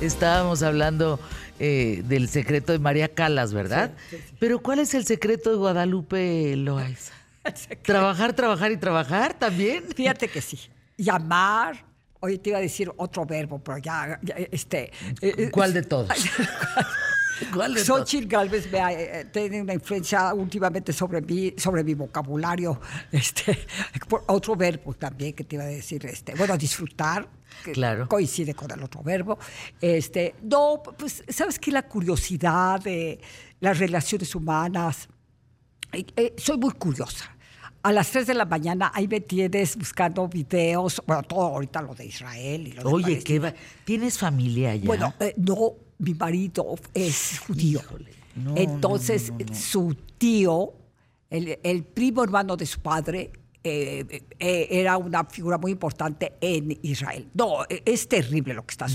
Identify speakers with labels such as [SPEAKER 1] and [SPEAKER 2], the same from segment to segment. [SPEAKER 1] Estábamos hablando eh, del secreto de María Calas, ¿verdad?
[SPEAKER 2] Sí, sí, sí.
[SPEAKER 1] Pero ¿cuál es el secreto de Guadalupe Loaiza? ¿Trabajar, trabajar y trabajar también?
[SPEAKER 2] Fíjate que sí. Llamar. Hoy te iba a decir otro verbo, pero ya, ya, este. eh,
[SPEAKER 1] ¿Cuál de
[SPEAKER 2] eh,
[SPEAKER 1] todos? ¿Cuál de todos?
[SPEAKER 2] Xochitl Galvez me ha, eh, tiene una influencia últimamente sobre mí, sobre mi vocabulario. Este, por otro verbo también que te iba a decir, este, bueno, disfrutar. que
[SPEAKER 1] Claro.
[SPEAKER 2] Coincide con el otro verbo. Este, no, pues, ¿sabes qué? La curiosidad de las relaciones humanas. Eh, eh, soy muy curiosa. A las 3 de la mañana ahí me tienes buscando videos, bueno, todo ahorita lo de Israel y lo de
[SPEAKER 1] Oye,
[SPEAKER 2] Palestina.
[SPEAKER 1] ¿qué va? ¿Tienes familia allá?
[SPEAKER 2] Bueno, eh, no, mi marido es judío.
[SPEAKER 1] Híjole, no,
[SPEAKER 2] Entonces,
[SPEAKER 1] no, no, no, no.
[SPEAKER 2] su tío, el, el primo hermano de su padre, eh, eh, era una figura muy importante en Israel. No, eh, es terrible lo que está
[SPEAKER 1] no,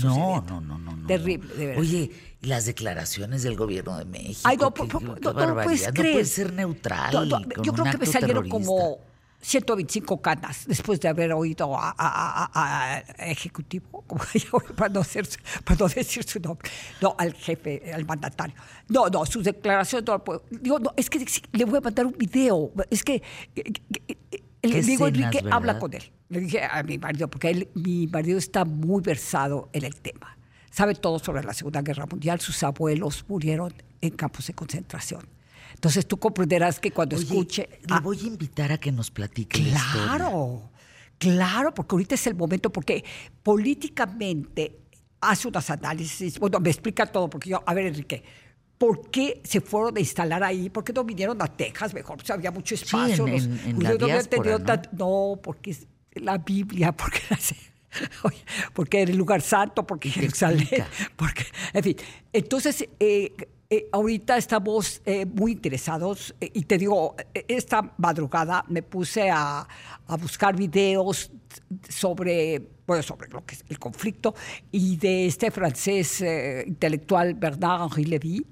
[SPEAKER 1] no,
[SPEAKER 2] sucediendo.
[SPEAKER 1] no, no, no.
[SPEAKER 2] Terrible, de verdad.
[SPEAKER 1] Oye, ¿y las declaraciones del gobierno de México.
[SPEAKER 2] Ay, no,
[SPEAKER 1] Qué-
[SPEAKER 2] por- por-
[SPEAKER 1] qué
[SPEAKER 2] no, no
[SPEAKER 1] barbaridad.
[SPEAKER 2] puedes
[SPEAKER 1] no
[SPEAKER 2] creer.
[SPEAKER 1] puede ser neutral.
[SPEAKER 2] No, no,
[SPEAKER 1] con
[SPEAKER 2] yo
[SPEAKER 1] un
[SPEAKER 2] creo que me
[SPEAKER 1] acto
[SPEAKER 2] salieron como
[SPEAKER 1] terrorista.
[SPEAKER 2] 125 canas después de haber oído a, a- a- a- a ejecutivo, como para no, ser su- para no decir su nombre, no, al jefe, al mandatario. No, no, sus declaraciones no la puedo- Digo, no, es que sí, le voy a mandar un video. Es que. eh, eh, eh, le
[SPEAKER 1] Qué
[SPEAKER 2] digo,
[SPEAKER 1] escenas,
[SPEAKER 2] Enrique, habla
[SPEAKER 1] ¿verdad?
[SPEAKER 2] con él. Le dije a mi marido, porque él- mi marido está muy versado en el tema. Sabe todo sobre la Segunda Guerra Mundial. Sus abuelos murieron en campos de concentración. Entonces tú comprenderás que cuando
[SPEAKER 1] Oye,
[SPEAKER 2] escuche...
[SPEAKER 1] Le
[SPEAKER 2] Ah,
[SPEAKER 1] voy a invitar a que nos platique la historia.
[SPEAKER 2] claro, claro, porque ahorita es el momento, porque políticamente hace unas análisis, bueno, me explica todo, porque yo, a ver, Enrique, ¿por qué se fueron a instalar ahí? ¿Por qué no vinieron a Texas mejor? O sea, había mucho espacio.
[SPEAKER 1] en-
[SPEAKER 2] los
[SPEAKER 1] en- en la
[SPEAKER 2] judíos no, habían
[SPEAKER 1] diáspora,
[SPEAKER 2] tenido
[SPEAKER 1] ¿no?
[SPEAKER 2] tan- no, porque es la Biblia, porque las- oye, porque era el lugar santo, porque Jerusalén,
[SPEAKER 1] explica.
[SPEAKER 2] porque, en fin. Entonces, eh, eh, ahorita estamos eh, muy interesados eh, y te digo, eh, esta madrugada me puse a, a buscar videos sobre, bueno, sobre lo que es el conflicto y de este francés eh, intelectual Bernard-Henri Lévy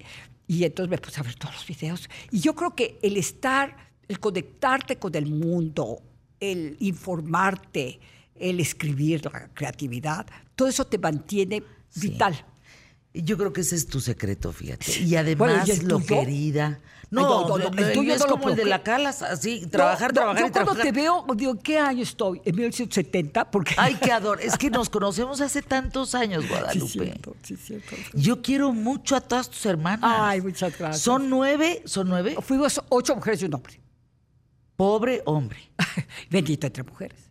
[SPEAKER 2] y entonces me puse a ver todos los videos y yo creo que el estar, el conectarte con el mundo, el informarte, el escribir, la creatividad, todo eso te mantiene
[SPEAKER 1] Sí.
[SPEAKER 2] vital.
[SPEAKER 1] Y Yo creo que ese es tu secreto, fíjate. Y
[SPEAKER 2] Bueno,
[SPEAKER 1] además,
[SPEAKER 2] ¿y el
[SPEAKER 1] lo
[SPEAKER 2] tuyo?
[SPEAKER 1] querida. No,
[SPEAKER 2] no, no,
[SPEAKER 1] no,
[SPEAKER 2] el
[SPEAKER 1] no, el
[SPEAKER 2] tuyo
[SPEAKER 1] mío es
[SPEAKER 2] no lo
[SPEAKER 1] como el de
[SPEAKER 2] provoqué.
[SPEAKER 1] la calas, así, trabajar,
[SPEAKER 2] No, no,
[SPEAKER 1] trabajar
[SPEAKER 2] yo
[SPEAKER 1] y
[SPEAKER 2] cuando
[SPEAKER 1] trabajar.
[SPEAKER 2] te veo, digo, ¿qué año estoy? En 1970, porque...
[SPEAKER 1] Ay, qué ador. Es que nos conocemos hace tantos años, Guadalupe.
[SPEAKER 2] sí, cierto, sí, cierto.
[SPEAKER 1] Yo quiero mucho a todas tus hermanas.
[SPEAKER 2] Ay, muchas gracias.
[SPEAKER 1] Son nueve, son nueve.
[SPEAKER 2] Fuimos ocho mujeres y un hombre.
[SPEAKER 1] Pobre hombre.
[SPEAKER 2] Bendito entre mujeres.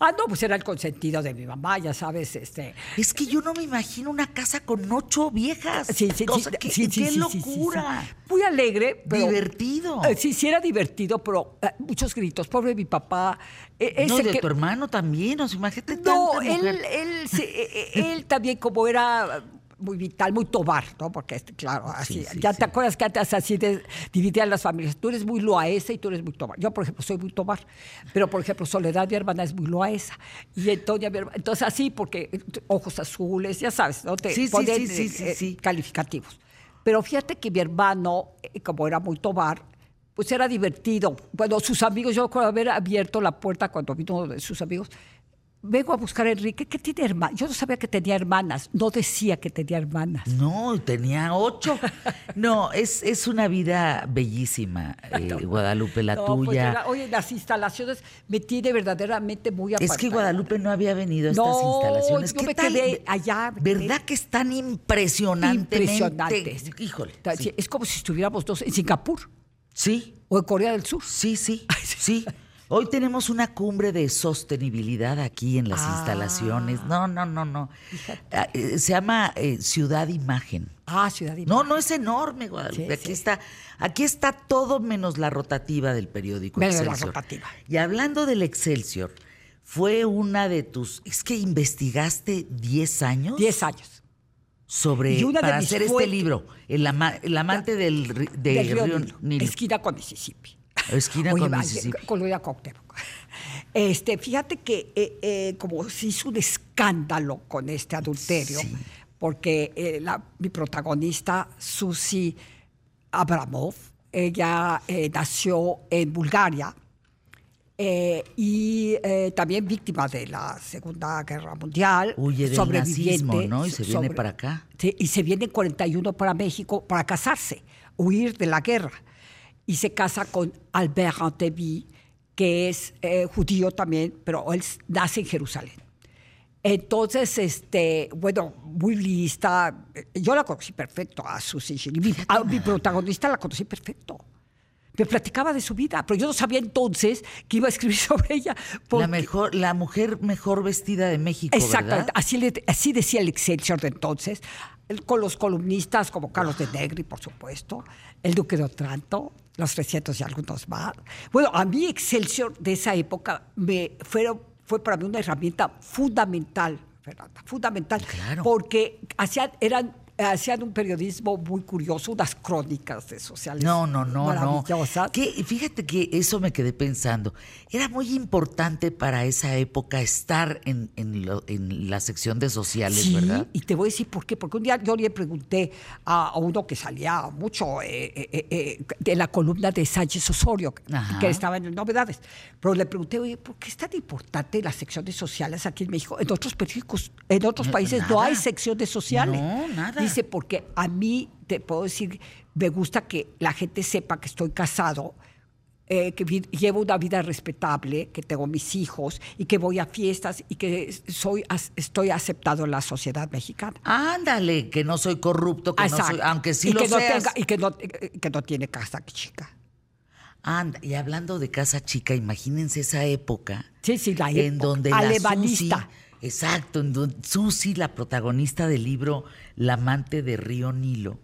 [SPEAKER 2] Ah, no, pues era el consentido de mi mamá, ya sabes, este...
[SPEAKER 1] Es que yo no me imagino una casa con ocho viejas.
[SPEAKER 2] Sí, sí,
[SPEAKER 1] O sea,
[SPEAKER 2] sí,
[SPEAKER 1] qué,
[SPEAKER 2] sí, sí,
[SPEAKER 1] qué
[SPEAKER 2] sí, sí, sí, sí.
[SPEAKER 1] locura.
[SPEAKER 2] Muy alegre, pero...
[SPEAKER 1] Divertido.
[SPEAKER 2] Eh, sí, sí era divertido, pero eh, muchos gritos. Pobre mi papá. Eh,
[SPEAKER 1] no,
[SPEAKER 2] ese
[SPEAKER 1] de
[SPEAKER 2] que-
[SPEAKER 1] tu hermano también, o sea, imagínate
[SPEAKER 2] No,
[SPEAKER 1] tanta
[SPEAKER 2] él,
[SPEAKER 1] mujer.
[SPEAKER 2] él, se- eh, eh, él también como era muy vital, muy tobar, ¿no? Porque, este, claro, así,
[SPEAKER 1] sí,
[SPEAKER 2] ya
[SPEAKER 1] sí.
[SPEAKER 2] te acuerdas que antes así de- dividían las familias. Tú eres muy loaesa y tú eres muy tobar. Yo, por ejemplo, soy muy tobar, pero, por ejemplo, Soledad, mi hermana, es muy loaesa. Y Antonia, mi hermana, entonces así, porque eh, ojos azules, ya sabes, ¿no? Te
[SPEAKER 1] Sí, sí, sí,
[SPEAKER 2] ponen,
[SPEAKER 1] sí,
[SPEAKER 2] eh,
[SPEAKER 1] sí,
[SPEAKER 2] eh,
[SPEAKER 1] sí.
[SPEAKER 2] calificativos. Pero fíjate que mi hermano, eh, como era muy tobar, pues era divertido. Bueno, sus amigos, yo recuerdo haber abierto la puerta cuando vino uno de sus amigos. Vengo a buscar a Enrique, que tiene hermanas. Yo no sabía que tenía hermanas, no decía que tenía hermanas.
[SPEAKER 1] No, tenía ocho. No, es, es una vida bellísima, eh, Guadalupe, la
[SPEAKER 2] No, pues,
[SPEAKER 1] tuya.
[SPEAKER 2] era- oye, las instalaciones me tiene verdaderamente muy
[SPEAKER 1] es
[SPEAKER 2] apartada.
[SPEAKER 1] que Guadalupe no había venido a estas
[SPEAKER 2] No,
[SPEAKER 1] instalaciones.
[SPEAKER 2] yo
[SPEAKER 1] ¿Qué
[SPEAKER 2] me
[SPEAKER 1] tal?
[SPEAKER 2] quedé allá, me
[SPEAKER 1] ¿Verdad que están impresionantemente?
[SPEAKER 2] Impresionantes.
[SPEAKER 1] Híjole.
[SPEAKER 2] O sea,
[SPEAKER 1] Sí,
[SPEAKER 2] Es como si estuviéramos dos en Singapur
[SPEAKER 1] sí,
[SPEAKER 2] o en Corea del Sur.
[SPEAKER 1] sí, sí. sí. Hoy tenemos una cumbre de sostenibilidad aquí en las
[SPEAKER 2] Ah.
[SPEAKER 1] instalaciones. No, no, no, no. Ah, eh, Se llama eh, Ciudad Imagen.
[SPEAKER 2] Ah, Ciudad de
[SPEAKER 1] No, no es enorme, Guadalupe.
[SPEAKER 2] Sí,
[SPEAKER 1] aquí
[SPEAKER 2] sí.
[SPEAKER 1] está, aquí está todo menos la rotativa del periódico
[SPEAKER 2] Menos la
[SPEAKER 1] Excelsior.
[SPEAKER 2] rotativa.
[SPEAKER 1] Y hablando del Excelsior, fue una de tus, es que investigaste 10 años
[SPEAKER 2] 10 años.
[SPEAKER 1] sobre
[SPEAKER 2] Y una de
[SPEAKER 1] para
[SPEAKER 2] mis
[SPEAKER 1] hacer este
[SPEAKER 2] fuentes-
[SPEAKER 1] libro, el, ama- el amante del, ri- del
[SPEAKER 2] del
[SPEAKER 1] río, Nilo.
[SPEAKER 2] Esquina con Mississippi.
[SPEAKER 1] Esquina con
[SPEAKER 2] vaya,
[SPEAKER 1] Mississippi.
[SPEAKER 2] Colonia Cuauhtémoc. Este, fíjate que eh, eh, como se hizo un escándalo con este adulterio,
[SPEAKER 1] Sí.
[SPEAKER 2] porque eh, la- mi protagonista, Susi Abramov, ella eh, nació en Bulgaria eh, y eh, también víctima de la Segunda Guerra Mundial.
[SPEAKER 1] Huye del
[SPEAKER 2] sobreviviente,
[SPEAKER 1] nazismo, ¿no? Y se viene
[SPEAKER 2] sobre-
[SPEAKER 1] para acá.
[SPEAKER 2] Sí, y se viene en 41 para México para casarse, huir de la guerra. Y se casa con Albert Antebi, que es eh, judío también, pero él s- nace en Jerusalén. Entonces, este, bueno, muy lista. Yo la conocí perfecto a Susi Gili. Ah, Mi, a mi protagonista la conocí perfecto. Me platicaba de su vida, pero yo no sabía entonces que iba a escribir sobre ella.
[SPEAKER 1] la
[SPEAKER 2] porque-
[SPEAKER 1] mejor, la mujer mejor vestida de México,
[SPEAKER 2] Exactamente,
[SPEAKER 1] ¿verdad?
[SPEAKER 2] así, le- así decía el Excelsior de entonces, el- con los columnistas como Carlos de Negri, por supuesto, el Duque de Otranto, los 300 y algunos más. Bueno, a mí Excelsior de esa época me fueron, fue para mí una herramienta fundamental, Fernanda, fundamental,
[SPEAKER 1] Claro.
[SPEAKER 2] porque hacían, eran, hacían un periodismo muy curioso, unas crónicas de sociales
[SPEAKER 1] No, no, no, no.
[SPEAKER 2] Pues, maravillosas.
[SPEAKER 1] Que, fíjate que eso me quedé pensando. Era muy importante para esa época estar en, en lo- en la sección de sociales,
[SPEAKER 2] sí,
[SPEAKER 1] ¿verdad?
[SPEAKER 2] Y te voy a decir por qué. Porque un día yo le pregunté a, a uno que salía mucho eh, eh, eh, de la columna de Sánchez Osorio, que-
[SPEAKER 1] Ajá.
[SPEAKER 2] que estaba en Novedades, pero le pregunté, oye, ¿por qué es tan importante las secciones sociales aquí en México? En otros, periódicos- en otros
[SPEAKER 1] No,
[SPEAKER 2] países no
[SPEAKER 1] Eh,
[SPEAKER 2] hay
[SPEAKER 1] nada.
[SPEAKER 2] secciones sociales.
[SPEAKER 1] No, nada.
[SPEAKER 2] Dice, porque a mí, te puedo decir, me gusta que la gente sepa que estoy casado, eh, que vi- llevo una vida respetable, que tengo mis hijos y que voy a fiestas y que soy, as- estoy aceptado en la sociedad mexicana.
[SPEAKER 1] Ándale, que no soy corrupto, que no soy,
[SPEAKER 2] Exacto.
[SPEAKER 1] aunque sí
[SPEAKER 2] y
[SPEAKER 1] lo
[SPEAKER 2] que no
[SPEAKER 1] seas.
[SPEAKER 2] tenga- y que no, eh, que no tiene casa chica.
[SPEAKER 1] Anda, y hablando de casa chica, imagínense esa época
[SPEAKER 2] Sí, sí, la
[SPEAKER 1] en
[SPEAKER 2] época
[SPEAKER 1] donde la
[SPEAKER 2] alemanista.
[SPEAKER 1] Susi, exacto, en donde Susi, la protagonista del libro La amante de Río Nilo,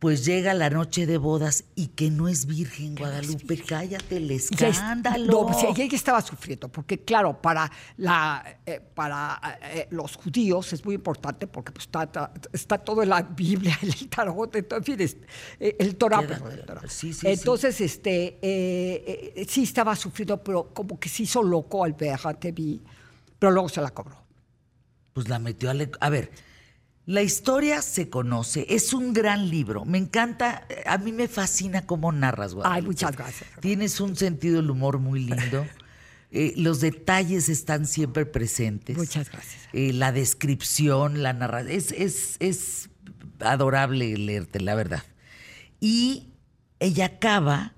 [SPEAKER 1] pues llega la noche de bodas y que no es virgen Guadalupe, cállate el
[SPEAKER 2] Y ya es-
[SPEAKER 1] escándalo.
[SPEAKER 2] No, sí, y ella estaba sufriendo, porque claro, para, la, eh, para eh, los judíos es muy importante porque pues, está, está- está todo en la Biblia, en el tarot, en todo- en fin, es- eh, el Torah.
[SPEAKER 1] Queda-
[SPEAKER 2] perdón, el Torah.
[SPEAKER 1] sí, sí, sí.
[SPEAKER 2] Entonces, este, eh, eh, sí estaba sufriendo, pero como que se hizo loco al ver a Tevi, pero luego se la cobró.
[SPEAKER 1] Pues la metió a... le- A ver, la historia se conoce, es un gran libro, me encanta, eh, a mí me fascina cómo narras, Guadalupe.
[SPEAKER 2] Ay, muchas gracias.
[SPEAKER 1] Tienes un sentido del humor muy lindo. Eh, los detalles están siempre presentes.
[SPEAKER 2] Muchas gracias.
[SPEAKER 1] Eh, la descripción, la narración. Es, es, es adorable leerte, la verdad. Y ella acaba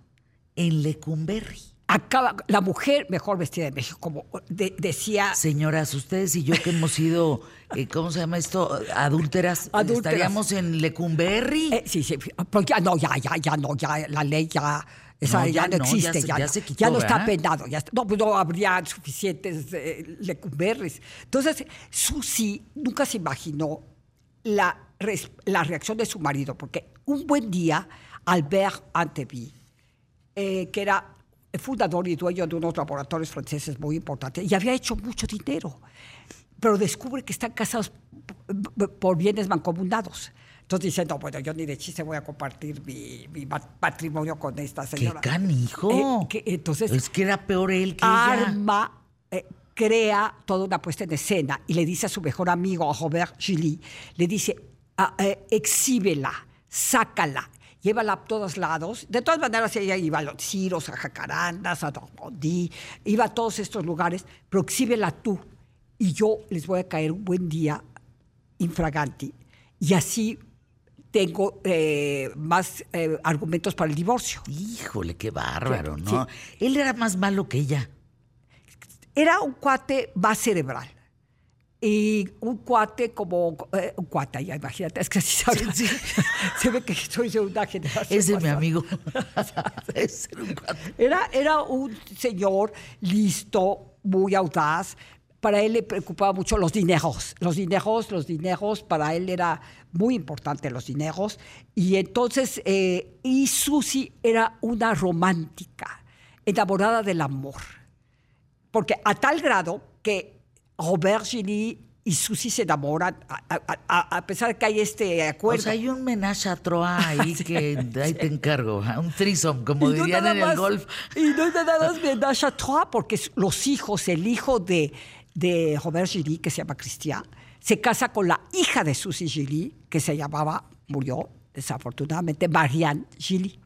[SPEAKER 1] en Lecumberri.
[SPEAKER 2] Acaba, la mujer mejor vestida de México, como de- decía
[SPEAKER 1] Señoras, ustedes y yo que hemos sido, eh, ¿cómo se llama esto? Adúlteras.
[SPEAKER 2] Adúlteras.
[SPEAKER 1] Estaríamos en Lecumberri.
[SPEAKER 2] Eh, sí, sí, porque ya no, ya, ya, ya no, ya la ley ya, esa
[SPEAKER 1] No,
[SPEAKER 2] ya,
[SPEAKER 1] ya
[SPEAKER 2] no
[SPEAKER 1] no, ya
[SPEAKER 2] existe,
[SPEAKER 1] se-
[SPEAKER 2] ya,
[SPEAKER 1] ya
[SPEAKER 2] no,
[SPEAKER 1] se quitó,
[SPEAKER 2] ya no está
[SPEAKER 1] ¿verdad?
[SPEAKER 2] penado, ya está- no, pues no habría suficientes eh, lecumberres. Entonces, Susi nunca se imaginó la, res- la reacción de su marido, porque un buen día, Albert Antevi, eh, que era fundador y dueño de unos laboratorios franceses muy importantes, y había hecho mucho dinero, pero descubre que están casados p- por bienes mancomunados. Entonces dice, no, bueno, yo ni de chiste voy a compartir mi, mi mat- patrimonio con esta
[SPEAKER 1] ¡Qué
[SPEAKER 2] señora.
[SPEAKER 1] canijo!
[SPEAKER 2] Eh, que entonces-
[SPEAKER 1] es que era peor él que ella.
[SPEAKER 2] Arma, eh, crea toda una puesta en escena y le dice a su mejor amigo, a Robert Gilly, le dice, "Ah, eh, exhíbela, sácala, llévala a todos lados. De todas maneras, ella iba a los ciros, a jacarandas, a Normandí, iba a todos estos lugares, pero exhíbela tú y yo les voy a caer un buen día infraganti. Y así tengo eh, más eh, argumentos para el divorcio.
[SPEAKER 1] Híjole, qué bárbaro, ¿no? Él era más malo que ella.
[SPEAKER 2] era un cuate más cerebral. Y un cuate como. eh, un cuate, ya imagínate, es que así se habla. Se ve que soy de una generación.
[SPEAKER 1] Ese es mi
[SPEAKER 2] pasada.
[SPEAKER 1] amigo. Ese era un cuate.
[SPEAKER 2] Era, era un señor listo, muy audaz. Para él le preocupaba mucho los dineros. Los dineros, los dineros, para él era muy importante los dineros. Y entonces, eh, y Susi era una romántica, enamorada del amor. Porque a tal grado que Robert Gilly y Susi se enamoran, a, a- a- a pesar de que hay este acuerdo.
[SPEAKER 1] O sea, hay un menaje a Troa ahí que ahí te encargo. ¿ah? Un threesome, como
[SPEAKER 2] Y no
[SPEAKER 1] dirían
[SPEAKER 2] nada
[SPEAKER 1] en el
[SPEAKER 2] más-
[SPEAKER 1] golf.
[SPEAKER 2] Y no nada más Menage a Trois, porque s- los hijos, el hijo de, de Robert Gilly, que se llama Cristian, se casa con la hija de Susie Gilly, que se llamaba, murió desafortunadamente, Marianne Gilly.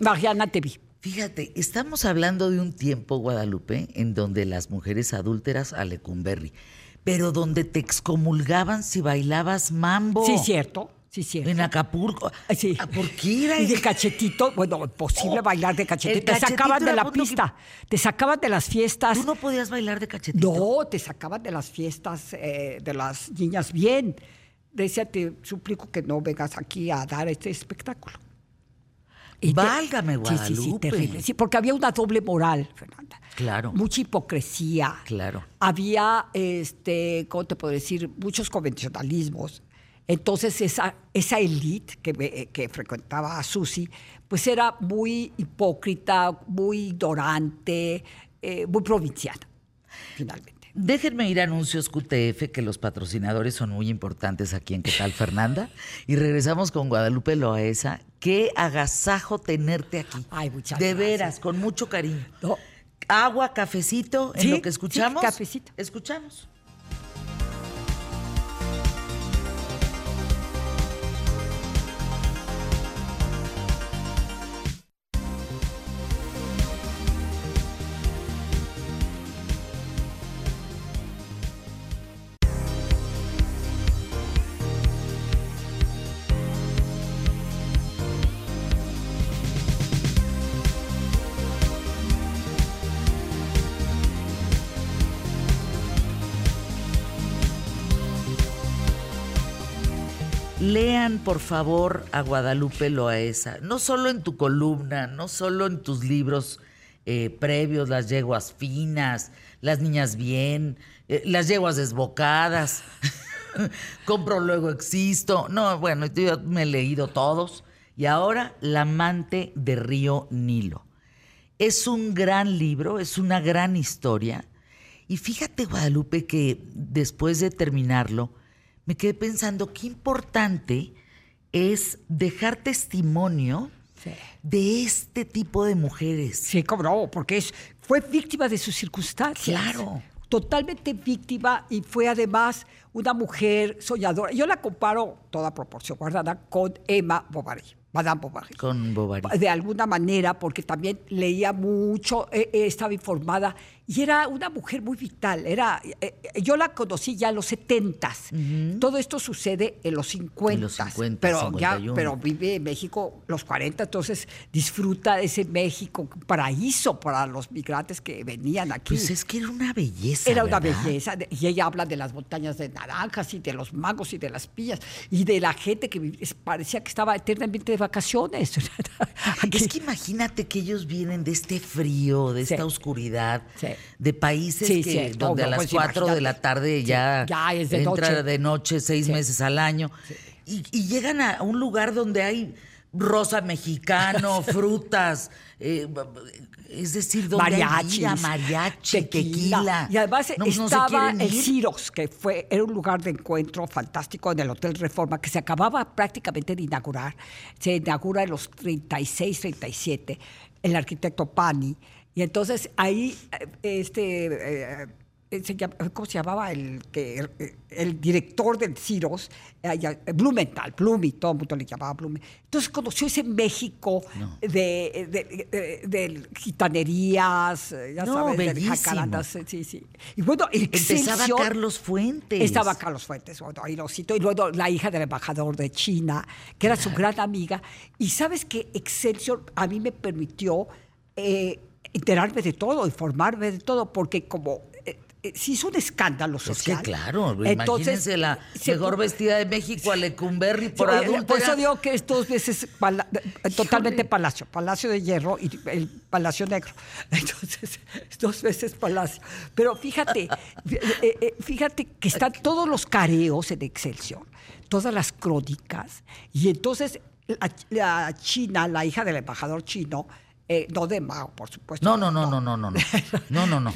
[SPEAKER 2] Marianne Antevi.
[SPEAKER 1] Fíjate, estamos hablando de un tiempo, Guadalupe, en donde las mujeres adúlteras a Lecumberri, pero donde te excomulgaban si bailabas mambo.
[SPEAKER 2] Sí, cierto. Sí, cierto.
[SPEAKER 1] En Acapulco. Ah,
[SPEAKER 2] Sí.
[SPEAKER 1] ¿Por qué era?
[SPEAKER 2] Y de cachetito, bueno, posible bailar de
[SPEAKER 1] Oh, el
[SPEAKER 2] cachetito. Te
[SPEAKER 1] cachetito
[SPEAKER 2] sacaban de
[SPEAKER 1] era
[SPEAKER 2] la
[SPEAKER 1] bueno que-
[SPEAKER 2] pista, te sacaban de las fiestas.
[SPEAKER 1] Tú no podías bailar de cachetito.
[SPEAKER 2] No, te sacaban de las fiestas eh, de las niñas bien. Decía, te suplico que no vengas aquí a dar este espectáculo. te-
[SPEAKER 1] Válgame,
[SPEAKER 2] Sí, sí, sí,
[SPEAKER 1] Guadalupe.
[SPEAKER 2] terrible. Sí, porque había una doble moral, Fernanda.
[SPEAKER 1] Claro.
[SPEAKER 2] Mucha hipocresía.
[SPEAKER 1] Claro.
[SPEAKER 2] Había, este, ¿cómo te puedo decir? Muchos convencionalismos. Entonces, esa, esa elite que, me- que frecuentaba a Susi, pues era muy hipócrita, muy ignorante, eh, muy provinciana, finalmente.
[SPEAKER 1] Déjenme ir a anuncios QTF, que los patrocinadores son muy importantes aquí en ¿Qué tal, Fernanda? Y regresamos con Guadalupe Loaesa. Qué agasajo tenerte aquí.
[SPEAKER 2] Ay, muchas
[SPEAKER 1] De
[SPEAKER 2] gracias.
[SPEAKER 1] veras, con mucho cariño.
[SPEAKER 2] No.
[SPEAKER 1] Agua, cafecito, en
[SPEAKER 2] Sí,
[SPEAKER 1] lo que
[SPEAKER 2] sí,
[SPEAKER 1] escuchamos.
[SPEAKER 2] cafecito.
[SPEAKER 1] Escuchamos. Lean, por favor, a Guadalupe Loaesa. No solo en tu columna, no solo en tus libros eh, previos, Las Yeguas Finas, Las Niñas Bien, eh, Las Yeguas Desbocadas, Compro Luego Existo. No, bueno, yo ya me he leído todos. Y ahora, La Amante de Río Nilo. Es un gran libro, es una gran historia. Y fíjate, Guadalupe, que después de terminarlo, me quedé pensando qué importante es dejar testimonio
[SPEAKER 2] Sí.
[SPEAKER 1] de este tipo de mujeres.
[SPEAKER 2] Sí, cómo no, porque es, fue víctima de sus circunstancias.
[SPEAKER 1] Claro.
[SPEAKER 2] Totalmente víctima y fue además una mujer soñadora. Yo la comparo, toda proporción guardada, con Emma Bovary, Madame Bovary.
[SPEAKER 1] Con Bovary.
[SPEAKER 2] De alguna manera, porque también leía mucho, eh, eh, estaba informada y era una mujer muy vital. Era, eh, eh, yo la conocí ya en los 70s. Todo esto sucede en los 50.
[SPEAKER 1] En los 50,
[SPEAKER 2] pero, Ya,
[SPEAKER 1] 51.
[SPEAKER 2] pero vive en México los 40, entonces disfruta de ese México, paraíso para los migrantes que venían aquí.
[SPEAKER 1] Pues es que era una belleza.
[SPEAKER 2] Era una
[SPEAKER 1] ¿verdad?
[SPEAKER 2] belleza. de- Y ella habla de las montañas de naranjas y de los magos y de las pillas y de la gente que viv- es- parecía que estaba eternamente de vacaciones. Aquí-
[SPEAKER 1] Es que imagínate que ellos vienen de este frío, de
[SPEAKER 2] Sí.
[SPEAKER 1] esta oscuridad,
[SPEAKER 2] Sí.
[SPEAKER 1] de países
[SPEAKER 2] Sí,
[SPEAKER 1] que,
[SPEAKER 2] sí, no,
[SPEAKER 1] donde a
[SPEAKER 2] no,
[SPEAKER 1] las
[SPEAKER 2] pues
[SPEAKER 1] 4 de la
[SPEAKER 2] imagínate.
[SPEAKER 1] tarde
[SPEAKER 2] Sí,
[SPEAKER 1] ya,
[SPEAKER 2] ya es de
[SPEAKER 1] entra
[SPEAKER 2] noche.
[SPEAKER 1] de noche seis meses al año y, y llegan a un lugar donde hay rosa mexicano, frutas, eh, es decir, donde hay
[SPEAKER 2] mariachis,
[SPEAKER 1] vida, mariachi, tequila.
[SPEAKER 2] Y además
[SPEAKER 1] No, no se
[SPEAKER 2] estaba
[SPEAKER 1] quieren
[SPEAKER 2] el
[SPEAKER 1] ir.
[SPEAKER 2] Ciros, que fue, era un lugar de encuentro fantástico en el Hotel Reforma, que se acababa prácticamente de inaugurar. Se inaugura en los 36, 37, el arquitecto Pani. Y entonces ahí, eh, este... eh, eh, se llama- ¿Cómo se llamaba el, que, eh, el director del Ciros? eh, ya- eh, Blumenthal, Blumi, todo el mundo le llamaba Blumi. Entonces conoció ese México de, de- de- de gitanerías, eh, ya
[SPEAKER 1] No,
[SPEAKER 2] sabes, de
[SPEAKER 1] bellísimo.
[SPEAKER 2] jacarandas, eh, sí, sí. Y bueno,
[SPEAKER 1] Empezaba
[SPEAKER 2] Excelsior-
[SPEAKER 1] Carlos Fuentes.
[SPEAKER 2] Estaba Carlos Fuentes, bueno, ahí lo cito, y luego la hija del embajador de China, que era su gran amiga. Y sabes que Excelsior a mí me permitió eh, enterarme de todo, informarme de todo, porque como eh, eh, se hizo un escándalo
[SPEAKER 1] Es
[SPEAKER 2] social.
[SPEAKER 1] que Pues claro,
[SPEAKER 2] entonces,
[SPEAKER 1] imagínense la
[SPEAKER 2] se-
[SPEAKER 1] mejor vestida de México a Lecumberri por
[SPEAKER 2] Oye, Por
[SPEAKER 1] adultera.
[SPEAKER 2] eso digo que es dos veces pala- totalmente palacio, palacio de hierro y el palacio negro. Entonces, dos veces palacio. Pero fíjate, fí- eh, eh, fíjate que están todos los careos en Excelsior, todas las crónicas, y entonces la, la China, la hija del embajador chino, eh, no de Mao, por supuesto.
[SPEAKER 1] No, no, no, no, no, no, no, no, no, no.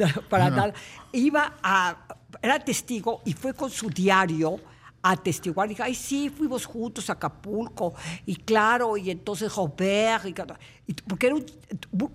[SPEAKER 1] No,
[SPEAKER 2] Para
[SPEAKER 1] no.
[SPEAKER 2] nada. Iba a. Era testigo y fue con su diario a testiguar. Dije, ay, sí, fuimos juntos a Acapulco. Y claro, y entonces Robert. y cada- y- porque eran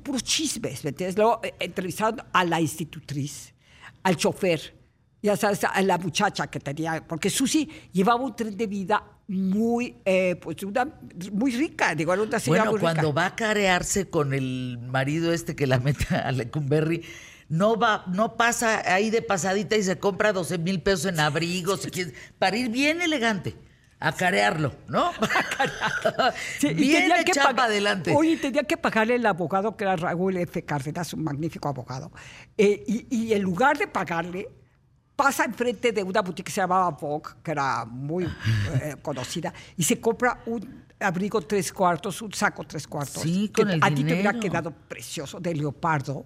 [SPEAKER 2] puros chismes, ¿me entiendes? Luego eh, entrevistaron a la institutriz, al chofer. Ya sabes, a la muchacha que tenía, porque Susi llevaba un tren de vida muy, eh, pues una, muy rica, digo, era una señora
[SPEAKER 1] Bueno,
[SPEAKER 2] muy rica.
[SPEAKER 1] cuando va a carearse con el marido este que la mete a Lecumberri, no va, no pasa ahí de pasadita y se compra 12 mil pesos en abrigos y quién- para ir bien elegante. A carearlo, ¿no?
[SPEAKER 2] Sí, y
[SPEAKER 1] bien
[SPEAKER 2] tenía que
[SPEAKER 1] echar
[SPEAKER 2] pagar-
[SPEAKER 1] para adelante.
[SPEAKER 2] Oye, tenía que pagarle el abogado, que era Raúl F. Cárdenas, un magnífico abogado. Eh, y, y en lugar de pagarle, pasa enfrente de una boutique que se llamaba Vogue, que era muy eh, conocida, y se compra un abrigo tres cuartos, un saco tres cuartos.
[SPEAKER 1] Sí,
[SPEAKER 2] que
[SPEAKER 1] con el
[SPEAKER 2] A ti te hubiera
[SPEAKER 1] dinero.
[SPEAKER 2] quedado precioso, de leopardo.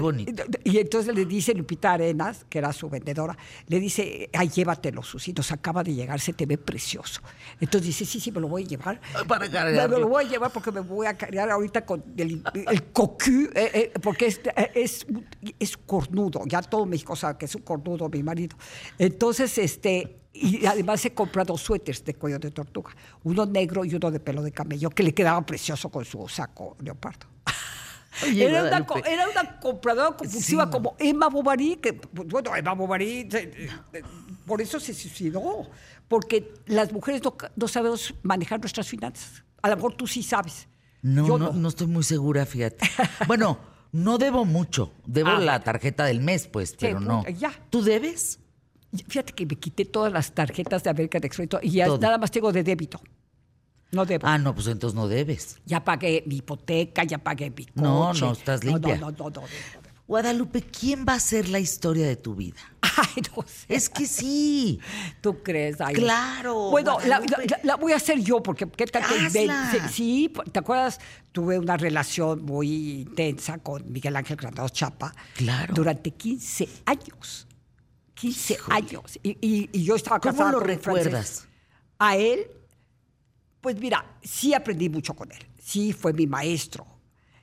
[SPEAKER 1] bonito.
[SPEAKER 2] Y entonces le dice Lupita Arenas, que era su vendedora, le dice, ay, llévatelo, Susi, nos acaba de llegar, se te ve precioso. Entonces dice, sí, sí, me lo voy a llevar.
[SPEAKER 1] Para
[SPEAKER 2] Me, me
[SPEAKER 1] cargarlo.
[SPEAKER 2] lo voy a llevar porque me voy a cargar ahorita con el, el cocu, eh, eh, porque es, eh, es, un- es cornudo, ya todo México sabe que es un cornudo mi marido. Entonces, este, y además se compra dos suéteres de cuello de tortuga, uno negro y uno de pelo de camello, que le quedaba precioso con su saco leopardo.
[SPEAKER 1] Oye,
[SPEAKER 2] Era una, co-
[SPEAKER 1] Guadalupe.
[SPEAKER 2] era una compradora compulsiva
[SPEAKER 1] Sí.
[SPEAKER 2] como Emma Bovary, que, pues, bueno, Emma Bovary, se- eh, por eso se suicidó, porque las mujeres no, ca- no sabemos manejar nuestras finanzas. A lo mejor tú sí sabes.
[SPEAKER 1] No,
[SPEAKER 2] Yo
[SPEAKER 1] no, no estoy muy segura, fíjate. Bueno, no debo mucho. Debo
[SPEAKER 2] Ah,
[SPEAKER 1] la tarjeta del mes, pues, pero no.
[SPEAKER 2] pues, ya.
[SPEAKER 1] ¿Tú debes?
[SPEAKER 2] Y Fíjate que me quité todas las tarjetas de América de Express y ya
[SPEAKER 1] Todo.
[SPEAKER 2] nada más tengo de débito. No debo.
[SPEAKER 1] Ah, no, pues entonces no debes.
[SPEAKER 2] Ya pagué mi hipoteca, ya pagué mi coche.
[SPEAKER 1] No, no, estás limpia.
[SPEAKER 2] No, no, no, no, no, no, no.
[SPEAKER 1] Guadalupe, ¿quién va a ser la historia de tu vida?
[SPEAKER 2] Ay, no sé.
[SPEAKER 1] Es que sí.
[SPEAKER 2] ¿Tú crees? Ay,
[SPEAKER 1] Claro,
[SPEAKER 2] Bueno, la,
[SPEAKER 1] Guadalupe.
[SPEAKER 2] la- la voy a hacer yo porque qué tal que inven-
[SPEAKER 1] Hazla.
[SPEAKER 2] sí, sí, ¿te acuerdas? Tuve una relación muy intensa con Miguel Ángel Granados Chapa
[SPEAKER 1] Claro.
[SPEAKER 2] durante 15 años. 15 años. Y, y- y yo estaba
[SPEAKER 1] ¿Cómo
[SPEAKER 2] casada
[SPEAKER 1] lo
[SPEAKER 2] con un francés.
[SPEAKER 1] recuerdas?
[SPEAKER 2] A él pues mira, sí aprendí mucho con él. Sí fue mi maestro.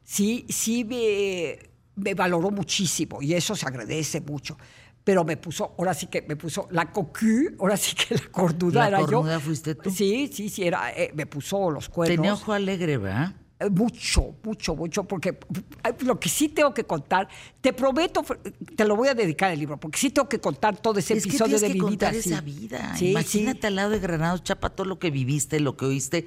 [SPEAKER 2] Sí, sí me, me valoró muchísimo y eso se agradece mucho. Pero me puso, ahora sí que me puso la cocu, ahora sí que la cornuda
[SPEAKER 1] La
[SPEAKER 2] era yo.
[SPEAKER 1] cornuda fuiste tú.
[SPEAKER 2] Sí, sí, sí, era, eh, me puso los cuernos.
[SPEAKER 1] Tenía ojo alegre, ¿verdad?
[SPEAKER 2] Eh, Mucho, mucho, mucho, porque eh, lo que sí tengo que contar, te prometo, Fer- te lo voy a dedicar el libro, porque sí tengo que contar todo ese
[SPEAKER 1] Es que
[SPEAKER 2] episodio
[SPEAKER 1] tienes
[SPEAKER 2] de
[SPEAKER 1] que
[SPEAKER 2] mi
[SPEAKER 1] contar
[SPEAKER 2] vida. sí.
[SPEAKER 1] esa vida.
[SPEAKER 2] Sí, sí.
[SPEAKER 1] Imagínate al lado de Granados Chapa todo lo que viviste, lo que oíste,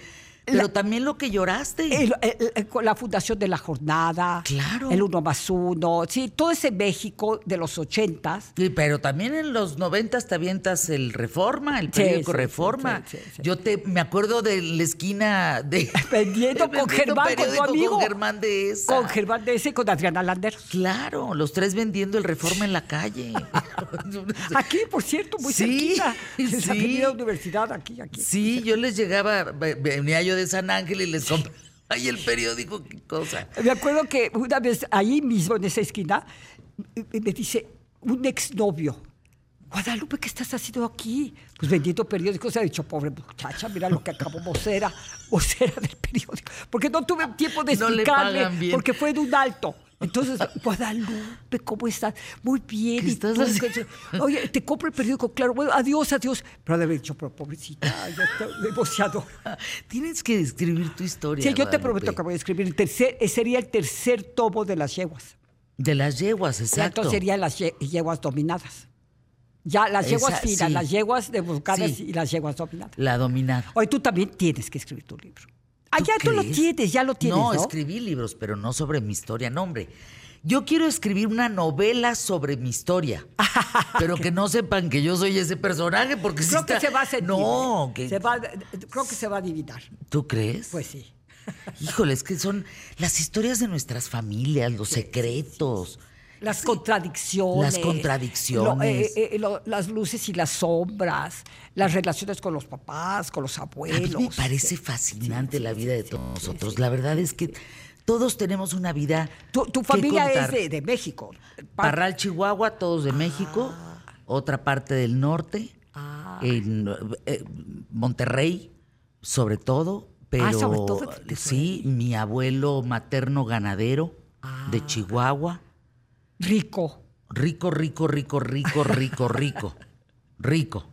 [SPEAKER 1] pero también lo que lloraste.
[SPEAKER 2] El- el- el- eh, con la fundación de la jornada,
[SPEAKER 1] Claro.
[SPEAKER 2] el uno más uno, sí, todo ese México de los ochentas.
[SPEAKER 1] Sí, pero también en los noventas te avientas el Reforma, el
[SPEAKER 2] Sí,
[SPEAKER 1] periódico
[SPEAKER 2] sí, sí,
[SPEAKER 1] Reforma.
[SPEAKER 2] sí, sí, sí.
[SPEAKER 1] Yo te me acuerdo de la esquina de
[SPEAKER 2] Vendiendo
[SPEAKER 1] vendiendo
[SPEAKER 2] con Germán, con tu
[SPEAKER 1] periódico
[SPEAKER 2] amigo.
[SPEAKER 1] Con Germán de esa.
[SPEAKER 2] Con Germán de ese y con Adriana Landeros.
[SPEAKER 1] Claro, los tres vendiendo el Reforma en la calle.
[SPEAKER 2] Aquí, por cierto, muy
[SPEAKER 1] Sí,
[SPEAKER 2] cerquita. En
[SPEAKER 1] sí.
[SPEAKER 2] la Avenida Universidad, aquí, aquí.
[SPEAKER 1] Sí, yo les llegaba, ve- venía yo de San Ángel y les compraba ahí el periódico, qué cosa.
[SPEAKER 2] Me acuerdo que una vez ahí mismo, en esa esquina, m- me dice un exnovio. Guadalupe, ¿qué estás haciendo aquí? Pues vendiendo periódicos. Se ha dicho, pobre muchacha, mira lo que acabó vocera, vocera del periódico. Porque no tuve tiempo de
[SPEAKER 1] No le
[SPEAKER 2] explicarle,
[SPEAKER 1] pagan bien.
[SPEAKER 2] porque fue de un alto. Entonces, Guadalupe, ¿cómo estás? Muy bien.
[SPEAKER 1] ¿Qué
[SPEAKER 2] ¿y
[SPEAKER 1] estás
[SPEAKER 2] tú?".
[SPEAKER 1] haciendo?
[SPEAKER 2] Oye, te compro el periódico, claro. Bueno, adiós, adiós. Pero ha de haber dicho, pero pobrecita, ya está negociadora.
[SPEAKER 1] Tienes que describir tu historia.
[SPEAKER 2] Sí, yo te
[SPEAKER 1] Guadalupe.
[SPEAKER 2] prometo que voy a escribir. El tercer, eh, sería el tercer tomo de las yeguas.
[SPEAKER 1] De las yeguas, exacto.
[SPEAKER 2] Entonces serían las ye- yeguas dominadas. Ya las yeguas
[SPEAKER 1] Esa-
[SPEAKER 2] finas,
[SPEAKER 1] sí.
[SPEAKER 2] las yeguas de buscadas
[SPEAKER 1] Sí.
[SPEAKER 2] y las yeguas dominadas.
[SPEAKER 1] La dominada.
[SPEAKER 2] Hoy tú también tienes que escribir tu libro. Ah, ya tú lo
[SPEAKER 1] crees?
[SPEAKER 2] tienes, ya lo tienes.
[SPEAKER 1] No,
[SPEAKER 2] No,
[SPEAKER 1] escribí libros, pero no sobre mi historia, no, hombre. Yo quiero escribir una novela sobre mi historia, pero que no sepan que yo soy ese personaje, porque sí
[SPEAKER 2] Creo que
[SPEAKER 1] está-
[SPEAKER 2] se va a sentir.
[SPEAKER 1] No,
[SPEAKER 2] ¿eh?
[SPEAKER 1] que-
[SPEAKER 2] Se va- creo que se va a adivinar.
[SPEAKER 1] ¿tú crees?
[SPEAKER 2] Pues sí.
[SPEAKER 1] Híjole, es que son las historias de nuestras familias, los secretos.
[SPEAKER 2] Las contradicciones.
[SPEAKER 1] Las contradicciones.
[SPEAKER 2] lo- eh, eh, lo- las luces y las sombras. Las relaciones con los papás, con los
[SPEAKER 1] A mí
[SPEAKER 2] abuelos.
[SPEAKER 1] me parece fascinante la vida de todos nosotros. la verdad es que todos tenemos una vida.
[SPEAKER 2] Tu, tu
[SPEAKER 1] que
[SPEAKER 2] familia es
[SPEAKER 1] contar.
[SPEAKER 2] de, Ah. de México. Pa-
[SPEAKER 1] Parral, Chihuahua, todos de México, otra parte del norte,
[SPEAKER 2] Ah.
[SPEAKER 1] en, eh, Monterrey, sobre todo, pero
[SPEAKER 2] Ah, sobre todo de- de
[SPEAKER 1] sí, mi abuelo materno ganadero de
[SPEAKER 2] Ah.
[SPEAKER 1] Chihuahua,
[SPEAKER 2] rico.
[SPEAKER 1] rico, rico, rico, rico, rico, rico, rico.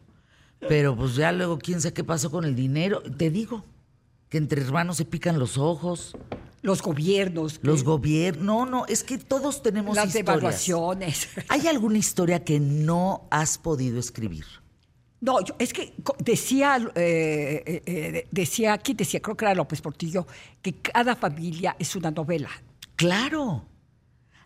[SPEAKER 1] Pero pues ya luego quién sabe qué pasó con el dinero. Te digo que entre hermanos se pican los ojos,
[SPEAKER 2] Los gobiernos.
[SPEAKER 1] los
[SPEAKER 2] eh,
[SPEAKER 1] gobiernos. No, no, es que todos tenemos
[SPEAKER 2] Las
[SPEAKER 1] historias.
[SPEAKER 2] devaluaciones.
[SPEAKER 1] ¿Hay alguna historia que no has podido escribir?
[SPEAKER 2] No, yo- es que co- decía, eh, eh, eh, decía, ¿quién decía? Creo que era López Portillo, que cada familia es una novela.
[SPEAKER 1] Claro.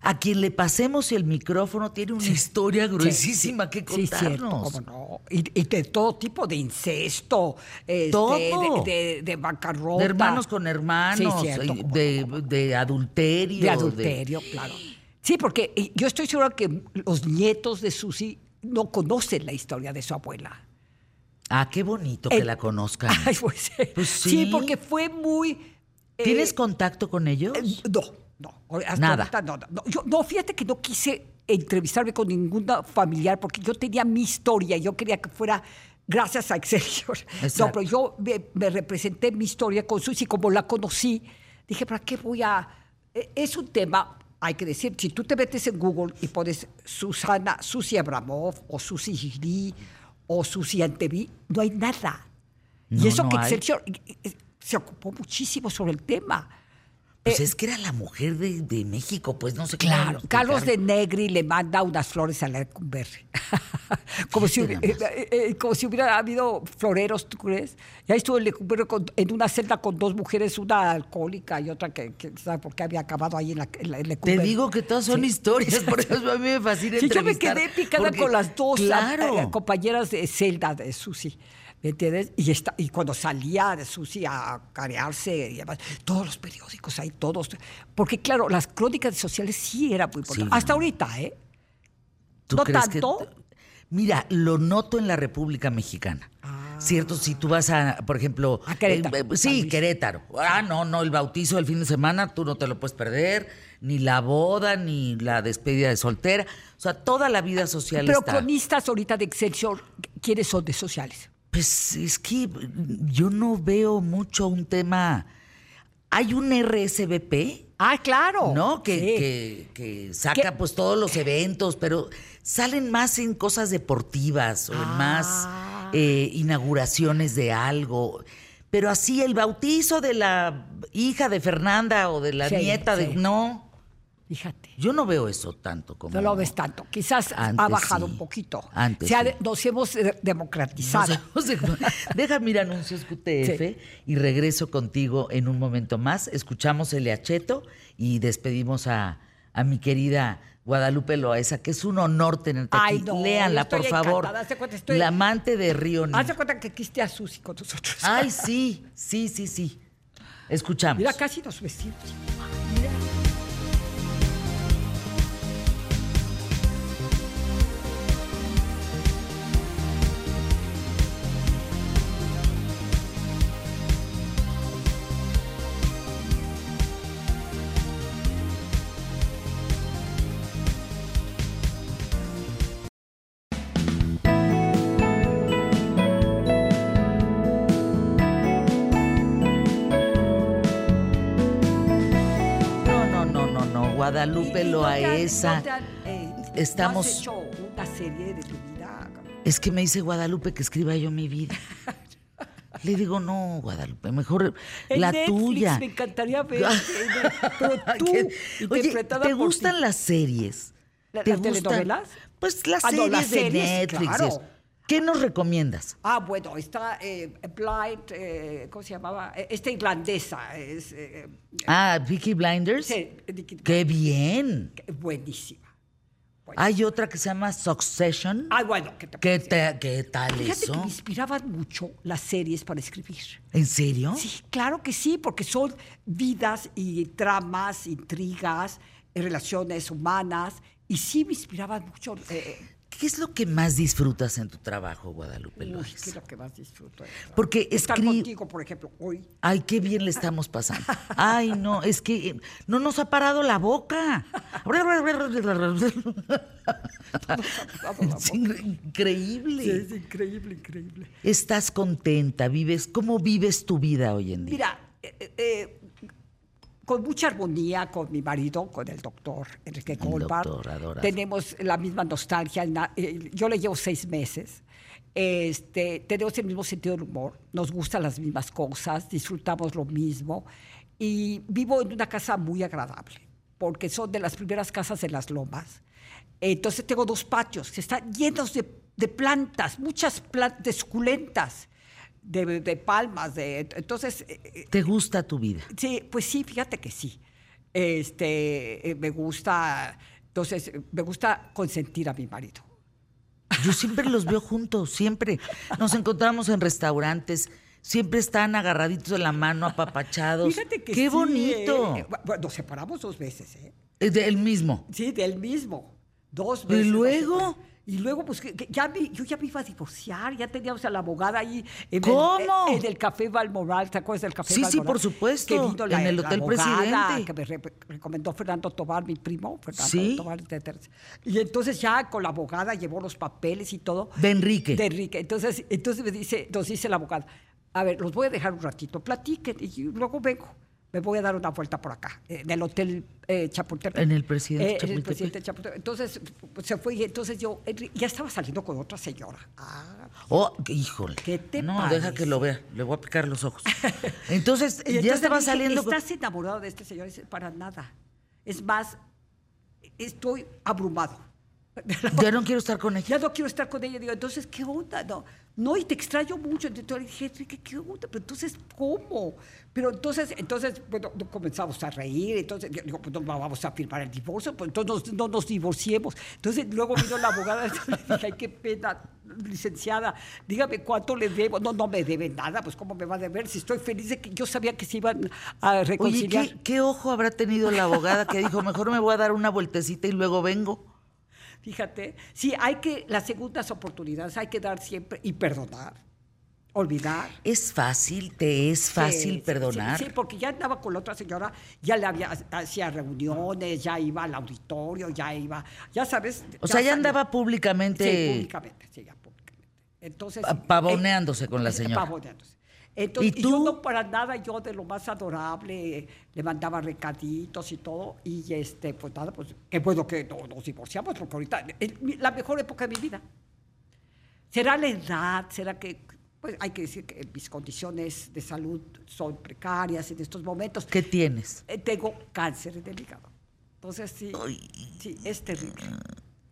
[SPEAKER 1] A quien le pasemos el micrófono tiene una historia gruesísima que
[SPEAKER 2] Sí, cierto,
[SPEAKER 1] contarnos.
[SPEAKER 2] cómo no. Y, y de todo tipo, de incesto, este,
[SPEAKER 1] Todo.
[SPEAKER 2] De, de- de bancarrota.
[SPEAKER 1] de hermanos con hermanos,
[SPEAKER 2] Sí, cierto,
[SPEAKER 1] y
[SPEAKER 2] cómo
[SPEAKER 1] de, de adulterio.
[SPEAKER 2] De adulterio, claro. Sí, porque eh, yo estoy segura que los nietos de Susi no conocen la historia de su abuela.
[SPEAKER 1] Ah, qué bonito que
[SPEAKER 2] Eh,
[SPEAKER 1] la conozcan.
[SPEAKER 2] Ay, pues, eh,
[SPEAKER 1] Pues
[SPEAKER 2] sí.
[SPEAKER 1] sí.
[SPEAKER 2] porque fue muy... eh,
[SPEAKER 1] ¿Tienes contacto con ellos?
[SPEAKER 2] eh, no, no. hasta
[SPEAKER 1] Nada.
[SPEAKER 2] ahorita no, no, no. Yo- no, fíjate que no quise entrevistarme con ninguna familiar porque yo tenía mi historia, yo quería que fuera... Gracias a Excelsior. No,
[SPEAKER 1] Exacto.
[SPEAKER 2] pero yo me, me representé mi historia con Susi como la conocí. Dije, ¿para qué voy a...? e- Es un tema, hay que decir, si tú te metes en Google y pones Susana, Susi Abramov o Susi Giri o Susi Antevi, no hay nada.
[SPEAKER 1] No,
[SPEAKER 2] y eso
[SPEAKER 1] no
[SPEAKER 2] que
[SPEAKER 1] hay.
[SPEAKER 2] Excelsior eh, eh, se ocupó muchísimo sobre el tema.
[SPEAKER 1] pues es que era la mujer de, de México, pues no sé cómo
[SPEAKER 2] eh, Claro,
[SPEAKER 1] lo
[SPEAKER 2] Carlos de
[SPEAKER 1] explicaron.
[SPEAKER 2] Negri le manda unas flores a la Lecumberri. como, si, hubi-
[SPEAKER 1] Fíjate nada
[SPEAKER 2] eh, eh, como si hubiera habido floreros, ¿tú crees? Y ahí estuvo el Lecumberri con- en una celda con dos mujeres, una alcohólica y otra que, que sabe por qué había acabado ahí en la, en la- en
[SPEAKER 1] Te
[SPEAKER 2] Lecumberri.
[SPEAKER 1] digo que todas son historias, por eso a mí me fascina
[SPEAKER 2] Sí, yo me
[SPEAKER 1] entrevistar,
[SPEAKER 2] quedé picada
[SPEAKER 1] porque-
[SPEAKER 2] con las dos a-
[SPEAKER 1] Claro.
[SPEAKER 2] a- compañeras de celda de Susi. ¿Me entiendes? Y, esta- y cuando salía de Susi a carearse y demás, todos los periódicos ahí, todos. Porque, claro, las crónicas sociales sí era muy importante.
[SPEAKER 1] Sí.
[SPEAKER 2] Hasta ahorita, ¿eh?
[SPEAKER 1] ¿Tú
[SPEAKER 2] ¿No
[SPEAKER 1] crees que
[SPEAKER 2] tanto?
[SPEAKER 1] t- Mira, lo noto en la República Mexicana. ¿Cierto? Si tú vas a, por ejemplo...
[SPEAKER 2] Ah.
[SPEAKER 1] eh,
[SPEAKER 2] A Querétaro, San
[SPEAKER 1] sí,
[SPEAKER 2] Luis.
[SPEAKER 1] Querétaro. Ah, no, no, el bautizo del fin de semana tú no te lo puedes perder, ni la boda, ni la despedida de soltera. O sea, toda la vida social
[SPEAKER 2] Pero
[SPEAKER 1] está.
[SPEAKER 2] cronistas ahorita de Excelsior, ¿quiénes son de sociales?
[SPEAKER 1] Pues es que yo no veo mucho un tema... Hay un RSVP,
[SPEAKER 2] Ah, claro.
[SPEAKER 1] ¿no? Que,
[SPEAKER 2] Sí.
[SPEAKER 1] que- que saca
[SPEAKER 2] Que-
[SPEAKER 1] pues todos los eventos, pero salen más en cosas deportivas o en
[SPEAKER 2] Ah.
[SPEAKER 1] más eh, inauguraciones de algo. Pero así el bautizo de la hija de Fernanda o de la
[SPEAKER 2] Sí,
[SPEAKER 1] nieta de...
[SPEAKER 2] sí.
[SPEAKER 1] No,
[SPEAKER 2] Fíjate.
[SPEAKER 1] yo no veo eso tanto como...
[SPEAKER 2] No lo ves tanto. Quizás ha
[SPEAKER 1] Antes
[SPEAKER 2] bajado
[SPEAKER 1] sí.
[SPEAKER 2] un poquito.
[SPEAKER 1] Antes
[SPEAKER 2] Se ha
[SPEAKER 1] sí.
[SPEAKER 2] de- nos hemos eh, democratizado.
[SPEAKER 1] Nos hemos- Déjame ir a anuncios QTF y regreso contigo en un momento más. Escuchamos el Acheto y despedimos a, a mi querida Guadalupe Loaesa, que es un honor tenerte
[SPEAKER 2] Ay,
[SPEAKER 1] aquí.
[SPEAKER 2] no,
[SPEAKER 1] Léanla,
[SPEAKER 2] yo
[SPEAKER 1] por
[SPEAKER 2] estoy
[SPEAKER 1] favor.
[SPEAKER 2] encantada. Haz de cuenta, estoy-
[SPEAKER 1] La amante de Río Negro.
[SPEAKER 2] Haz de cuenta que quiste a Susi con nosotros.
[SPEAKER 1] Ay, sí, sí, sí, sí. Escuchamos.
[SPEAKER 2] Mira, casi nos vestimos.
[SPEAKER 1] No, no, no, no, no. Guadalupe
[SPEAKER 2] Y- y no te han-
[SPEAKER 1] Loaesa.
[SPEAKER 2] no te han, eh,
[SPEAKER 1] estamos-
[SPEAKER 2] ¿no has hecho una serie de tu vida.
[SPEAKER 1] Es que me dice Guadalupe que escriba yo mi vida. Le digo, no, Guadalupe, mejor
[SPEAKER 2] En
[SPEAKER 1] la
[SPEAKER 2] Netflix,
[SPEAKER 1] tuya.
[SPEAKER 2] Me encantaría ver. eh, pero tú,
[SPEAKER 1] ¿Qué? Oye,
[SPEAKER 2] interpretada
[SPEAKER 1] ¿te
[SPEAKER 2] por
[SPEAKER 1] gustan
[SPEAKER 2] ti.
[SPEAKER 1] las series?
[SPEAKER 2] ¿La-
[SPEAKER 1] ¿Te
[SPEAKER 2] las
[SPEAKER 1] gustan?
[SPEAKER 2] telenovelas?
[SPEAKER 1] Pues las
[SPEAKER 2] Ah, no,
[SPEAKER 1] series
[SPEAKER 2] las
[SPEAKER 1] de
[SPEAKER 2] series,
[SPEAKER 1] Netflix.
[SPEAKER 2] claro.
[SPEAKER 1] eso. ¿Qué nos recomiendas?
[SPEAKER 2] Ah, bueno, está eh, Blind, eh, ¿cómo se llamaba? Eh, Esta irlandesa. Es, eh,
[SPEAKER 1] Ah, Vicky Blinders.
[SPEAKER 2] sí, Nikki-
[SPEAKER 1] ¡Qué bien!
[SPEAKER 2] buenísima. Bueno.
[SPEAKER 1] Hay otra que se llama Succession.
[SPEAKER 2] Ah, bueno, que te
[SPEAKER 1] ¿Qué, te- qué tal
[SPEAKER 2] Fíjate que
[SPEAKER 1] eso?
[SPEAKER 2] me inspiraban mucho las series para escribir.
[SPEAKER 1] ¿En serio?
[SPEAKER 2] Sí, claro que sí, porque son vidas y tramas, intrigas, eh, relaciones humanas, y sí me inspiraban mucho. eh,
[SPEAKER 1] ¿Qué es lo que más disfrutas en tu trabajo, Guadalupe
[SPEAKER 2] uy,
[SPEAKER 1] Loaiza?
[SPEAKER 2] ¿qué es lo que más disfruto? de esto?
[SPEAKER 1] Porque
[SPEAKER 2] Estar
[SPEAKER 1] escribe...
[SPEAKER 2] contigo, por ejemplo, hoy.
[SPEAKER 1] Ay, qué bien le estamos pasando. Ay, no, es que eh, no nos ha parado la boca. Es incre- increíble.
[SPEAKER 2] Es increíble, increíble.
[SPEAKER 1] Estás contenta, vives, ¿cómo vives tu vida hoy en día?
[SPEAKER 2] Mira, eh, eh, con mucha armonía con mi marido, con el doctor Enrique Colbar.
[SPEAKER 1] doctor, adorado.
[SPEAKER 2] Tenemos la misma nostalgia. el na- el- Yo le llevo seis meses. Este, tenemos el mismo sentido del humor. Nos gustan las mismas cosas, disfrutamos lo mismo. Y vivo en una casa muy agradable, porque son de las primeras casas en las lomas. Entonces tengo dos patios que están llenos de de plantas, muchas plantas, de suculentas, de, de palmas, de, entonces... eh,
[SPEAKER 1] ¿Te gusta tu vida?
[SPEAKER 2] Sí, pues sí, fíjate que sí. Este, eh, me gusta, entonces, eh, me gusta consentir a mi marido.
[SPEAKER 1] Yo siempre los veo juntos, siempre. Nos encontramos en restaurantes, siempre están agarraditos de la mano, apapachados.
[SPEAKER 2] Fíjate que
[SPEAKER 1] ¡Qué
[SPEAKER 2] sí,
[SPEAKER 1] bonito!
[SPEAKER 2] eh, eh, bueno, nos separamos dos veces, ¿eh?
[SPEAKER 1] Es de- el mismo.
[SPEAKER 2] Sí, del mismo. Dos
[SPEAKER 1] ¿Y
[SPEAKER 2] veces. nos
[SPEAKER 1] luego?
[SPEAKER 2] separamos. Y luego, pues, que- que ya me- yo ya me iba a divorciar, ya teníamos a la abogada ahí. En
[SPEAKER 1] ¿Cómo?
[SPEAKER 2] El, en el Café Balmoral, ¿te acuerdas del Café
[SPEAKER 1] Sí, sí,
[SPEAKER 2] Balmoral?
[SPEAKER 1] por supuesto,
[SPEAKER 2] Que vino la-
[SPEAKER 1] en el
[SPEAKER 2] la
[SPEAKER 1] Hotel
[SPEAKER 2] abogada
[SPEAKER 1] Presidente.
[SPEAKER 2] Que me re- recomendó Fernando Tobar, mi primo, Fernando
[SPEAKER 1] Sí.
[SPEAKER 2] Tobar. etcétera. Y entonces ya con la abogada llevó los papeles y todo.
[SPEAKER 1] De Enrique.
[SPEAKER 2] De Enrique. Entonces, entonces me dice, nos dice la abogada, a ver, los voy a dejar un ratito, platiquen y luego vengo. Me voy a dar una vuelta por acá, eh, en el hotel eh, Chapultepec. Eh,
[SPEAKER 1] En el presidente
[SPEAKER 2] en el
[SPEAKER 1] Chapultepec.
[SPEAKER 2] presidente Chapultepec. Entonces pues, se fue y entonces yo Enri- ya estaba saliendo con otra señora. Ah,
[SPEAKER 1] Oh, híjole.
[SPEAKER 2] ¿Qué te
[SPEAKER 1] no,
[SPEAKER 2] parece?
[SPEAKER 1] deja que lo vea. Le voy a picar los ojos. Entonces,
[SPEAKER 2] Y
[SPEAKER 1] ya
[SPEAKER 2] entonces
[SPEAKER 1] estaba
[SPEAKER 2] le dije,
[SPEAKER 1] saliendo. con-
[SPEAKER 2] ¿Estás enamorado de este señor? Dice, para nada. Es más, estoy abrumado.
[SPEAKER 1] Ya no quiero estar con ella.
[SPEAKER 2] ya no quiero estar con ella. Digo, entonces, ¿qué onda? No, no y te extraño mucho. Entonces le dije, Enrique, ¿qué onda? Pero entonces, ¿cómo? Pero entonces, entonces, bueno, no comenzamos a reír. Entonces, yo digo, pues no vamos a firmar el divorcio, pues entonces no, no nos divorciemos. Entonces, luego vino la abogada, entonces le dije, ay, qué pena, licenciada, dígame cuánto le debo. No, no me debe nada, pues cómo me va a deber si estoy feliz de que yo sabía que se iban a
[SPEAKER 1] Oye,
[SPEAKER 2] reconciliar.
[SPEAKER 1] ¿qué, qué ojo habrá tenido la abogada que dijo, mejor me voy a dar una vueltecita y luego vengo?
[SPEAKER 2] Fíjate, sí, hay que, las segundas oportunidades hay que dar siempre y perdonar, olvidar.
[SPEAKER 1] Es fácil, te es fácil
[SPEAKER 2] Sí, sí,
[SPEAKER 1] perdonar.
[SPEAKER 2] Sí, sí, porque ya andaba con la otra señora, ya le había, hacía reuniones, ya iba al auditorio, ya iba, ya sabes.
[SPEAKER 1] o sea, ya
[SPEAKER 2] sabía.
[SPEAKER 1] andaba
[SPEAKER 2] Sí,
[SPEAKER 1] públicamente
[SPEAKER 2] públicamente, sí, ya públicamente. Entonces.
[SPEAKER 1] pa- pavoneándose con la
[SPEAKER 2] eh,
[SPEAKER 1] señora.
[SPEAKER 2] Pavoneándose. Entonces,
[SPEAKER 1] ¿Y
[SPEAKER 2] ¿Y, yo
[SPEAKER 1] tú?
[SPEAKER 2] no para nada, yo de lo más adorable, eh, le mandaba recaditos y todo, y este, pues nada, pues qué bueno que no- nos divorciamos, porque ahorita es mi- la mejor época de mi vida. ¿Será la edad? ¿Será que.? Pues hay que decir que mis condiciones de salud son precarias en estos momentos.
[SPEAKER 1] ¿Qué tienes?
[SPEAKER 2] Eh, Tengo cáncer en el hígado. Entonces, sí, sí, es terrible.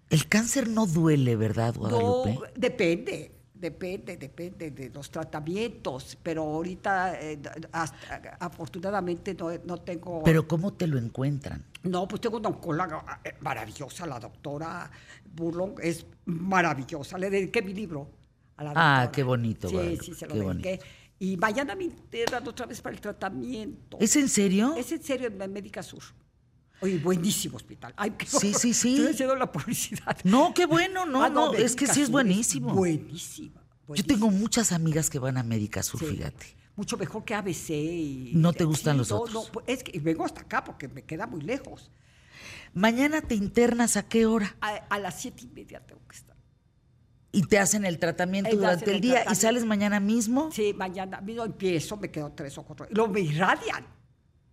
[SPEAKER 1] El cáncer no duele, ¿verdad, Guadalupe?
[SPEAKER 2] No, depende, depende, depende de los tratamientos, pero ahorita eh, hasta- afortunadamente no, no tengo...
[SPEAKER 1] Pero ¿cómo te lo encuentran?
[SPEAKER 2] no, pues tengo una oncóloga eh, maravillosa, la doctora Burlong es maravillosa, le dediqué mi libro a la
[SPEAKER 1] Ah,
[SPEAKER 2] doctora.
[SPEAKER 1] qué bonito,
[SPEAKER 2] Sí,
[SPEAKER 1] Guadalupe,
[SPEAKER 2] sí, se lo
[SPEAKER 1] qué
[SPEAKER 2] dediqué. Y mañana me internan otra vez para el tratamiento.
[SPEAKER 1] ¿Es en serio?
[SPEAKER 2] Es en serio, en Médica Sur. Oye, buenísimo hospital. Ay, qué
[SPEAKER 1] Sí,
[SPEAKER 2] horror.
[SPEAKER 1] sí, sí.
[SPEAKER 2] Estoy haciendo la publicidad.
[SPEAKER 1] No, qué bueno, no,
[SPEAKER 2] Ah,
[SPEAKER 1] no, es
[SPEAKER 2] Médica
[SPEAKER 1] que sí es
[SPEAKER 2] Sur
[SPEAKER 1] buenísimo.
[SPEAKER 2] Buenísima.
[SPEAKER 1] Yo tengo muchas amigas que van a América Sur,
[SPEAKER 2] buenísima.
[SPEAKER 1] fíjate.
[SPEAKER 2] Mucho mejor que ABC. y-
[SPEAKER 1] No te gustan los
[SPEAKER 2] no,
[SPEAKER 1] otros.
[SPEAKER 2] No, pues, es que y vengo hasta acá porque me queda muy lejos.
[SPEAKER 1] Mañana te internas a qué hora
[SPEAKER 2] A, a las siete y media tengo que estar.
[SPEAKER 1] y te hacen el tratamiento
[SPEAKER 2] Te hacen
[SPEAKER 1] durante el
[SPEAKER 2] el
[SPEAKER 1] día y
[SPEAKER 2] tratamiento.
[SPEAKER 1] sales mañana mismo.
[SPEAKER 2] Sí, mañana. Mira, empiezo, me quedo tres o cuatro. Lo me irradian.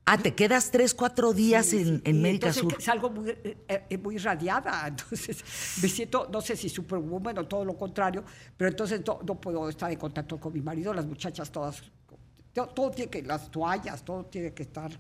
[SPEAKER 1] Ah, te quedas tres, cuatro días
[SPEAKER 2] Sí,
[SPEAKER 1] en,
[SPEAKER 2] sí,
[SPEAKER 1] en
[SPEAKER 2] y
[SPEAKER 1] Médica
[SPEAKER 2] entonces
[SPEAKER 1] Sur.
[SPEAKER 2] que Salgo muy, eh, eh, muy radiada, entonces me siento, no sé si superwoman o todo lo contrario, pero entonces no, no puedo estar en contacto con mi marido, las muchachas todas, to- todo tiene que, las toallas, todo tiene que estar,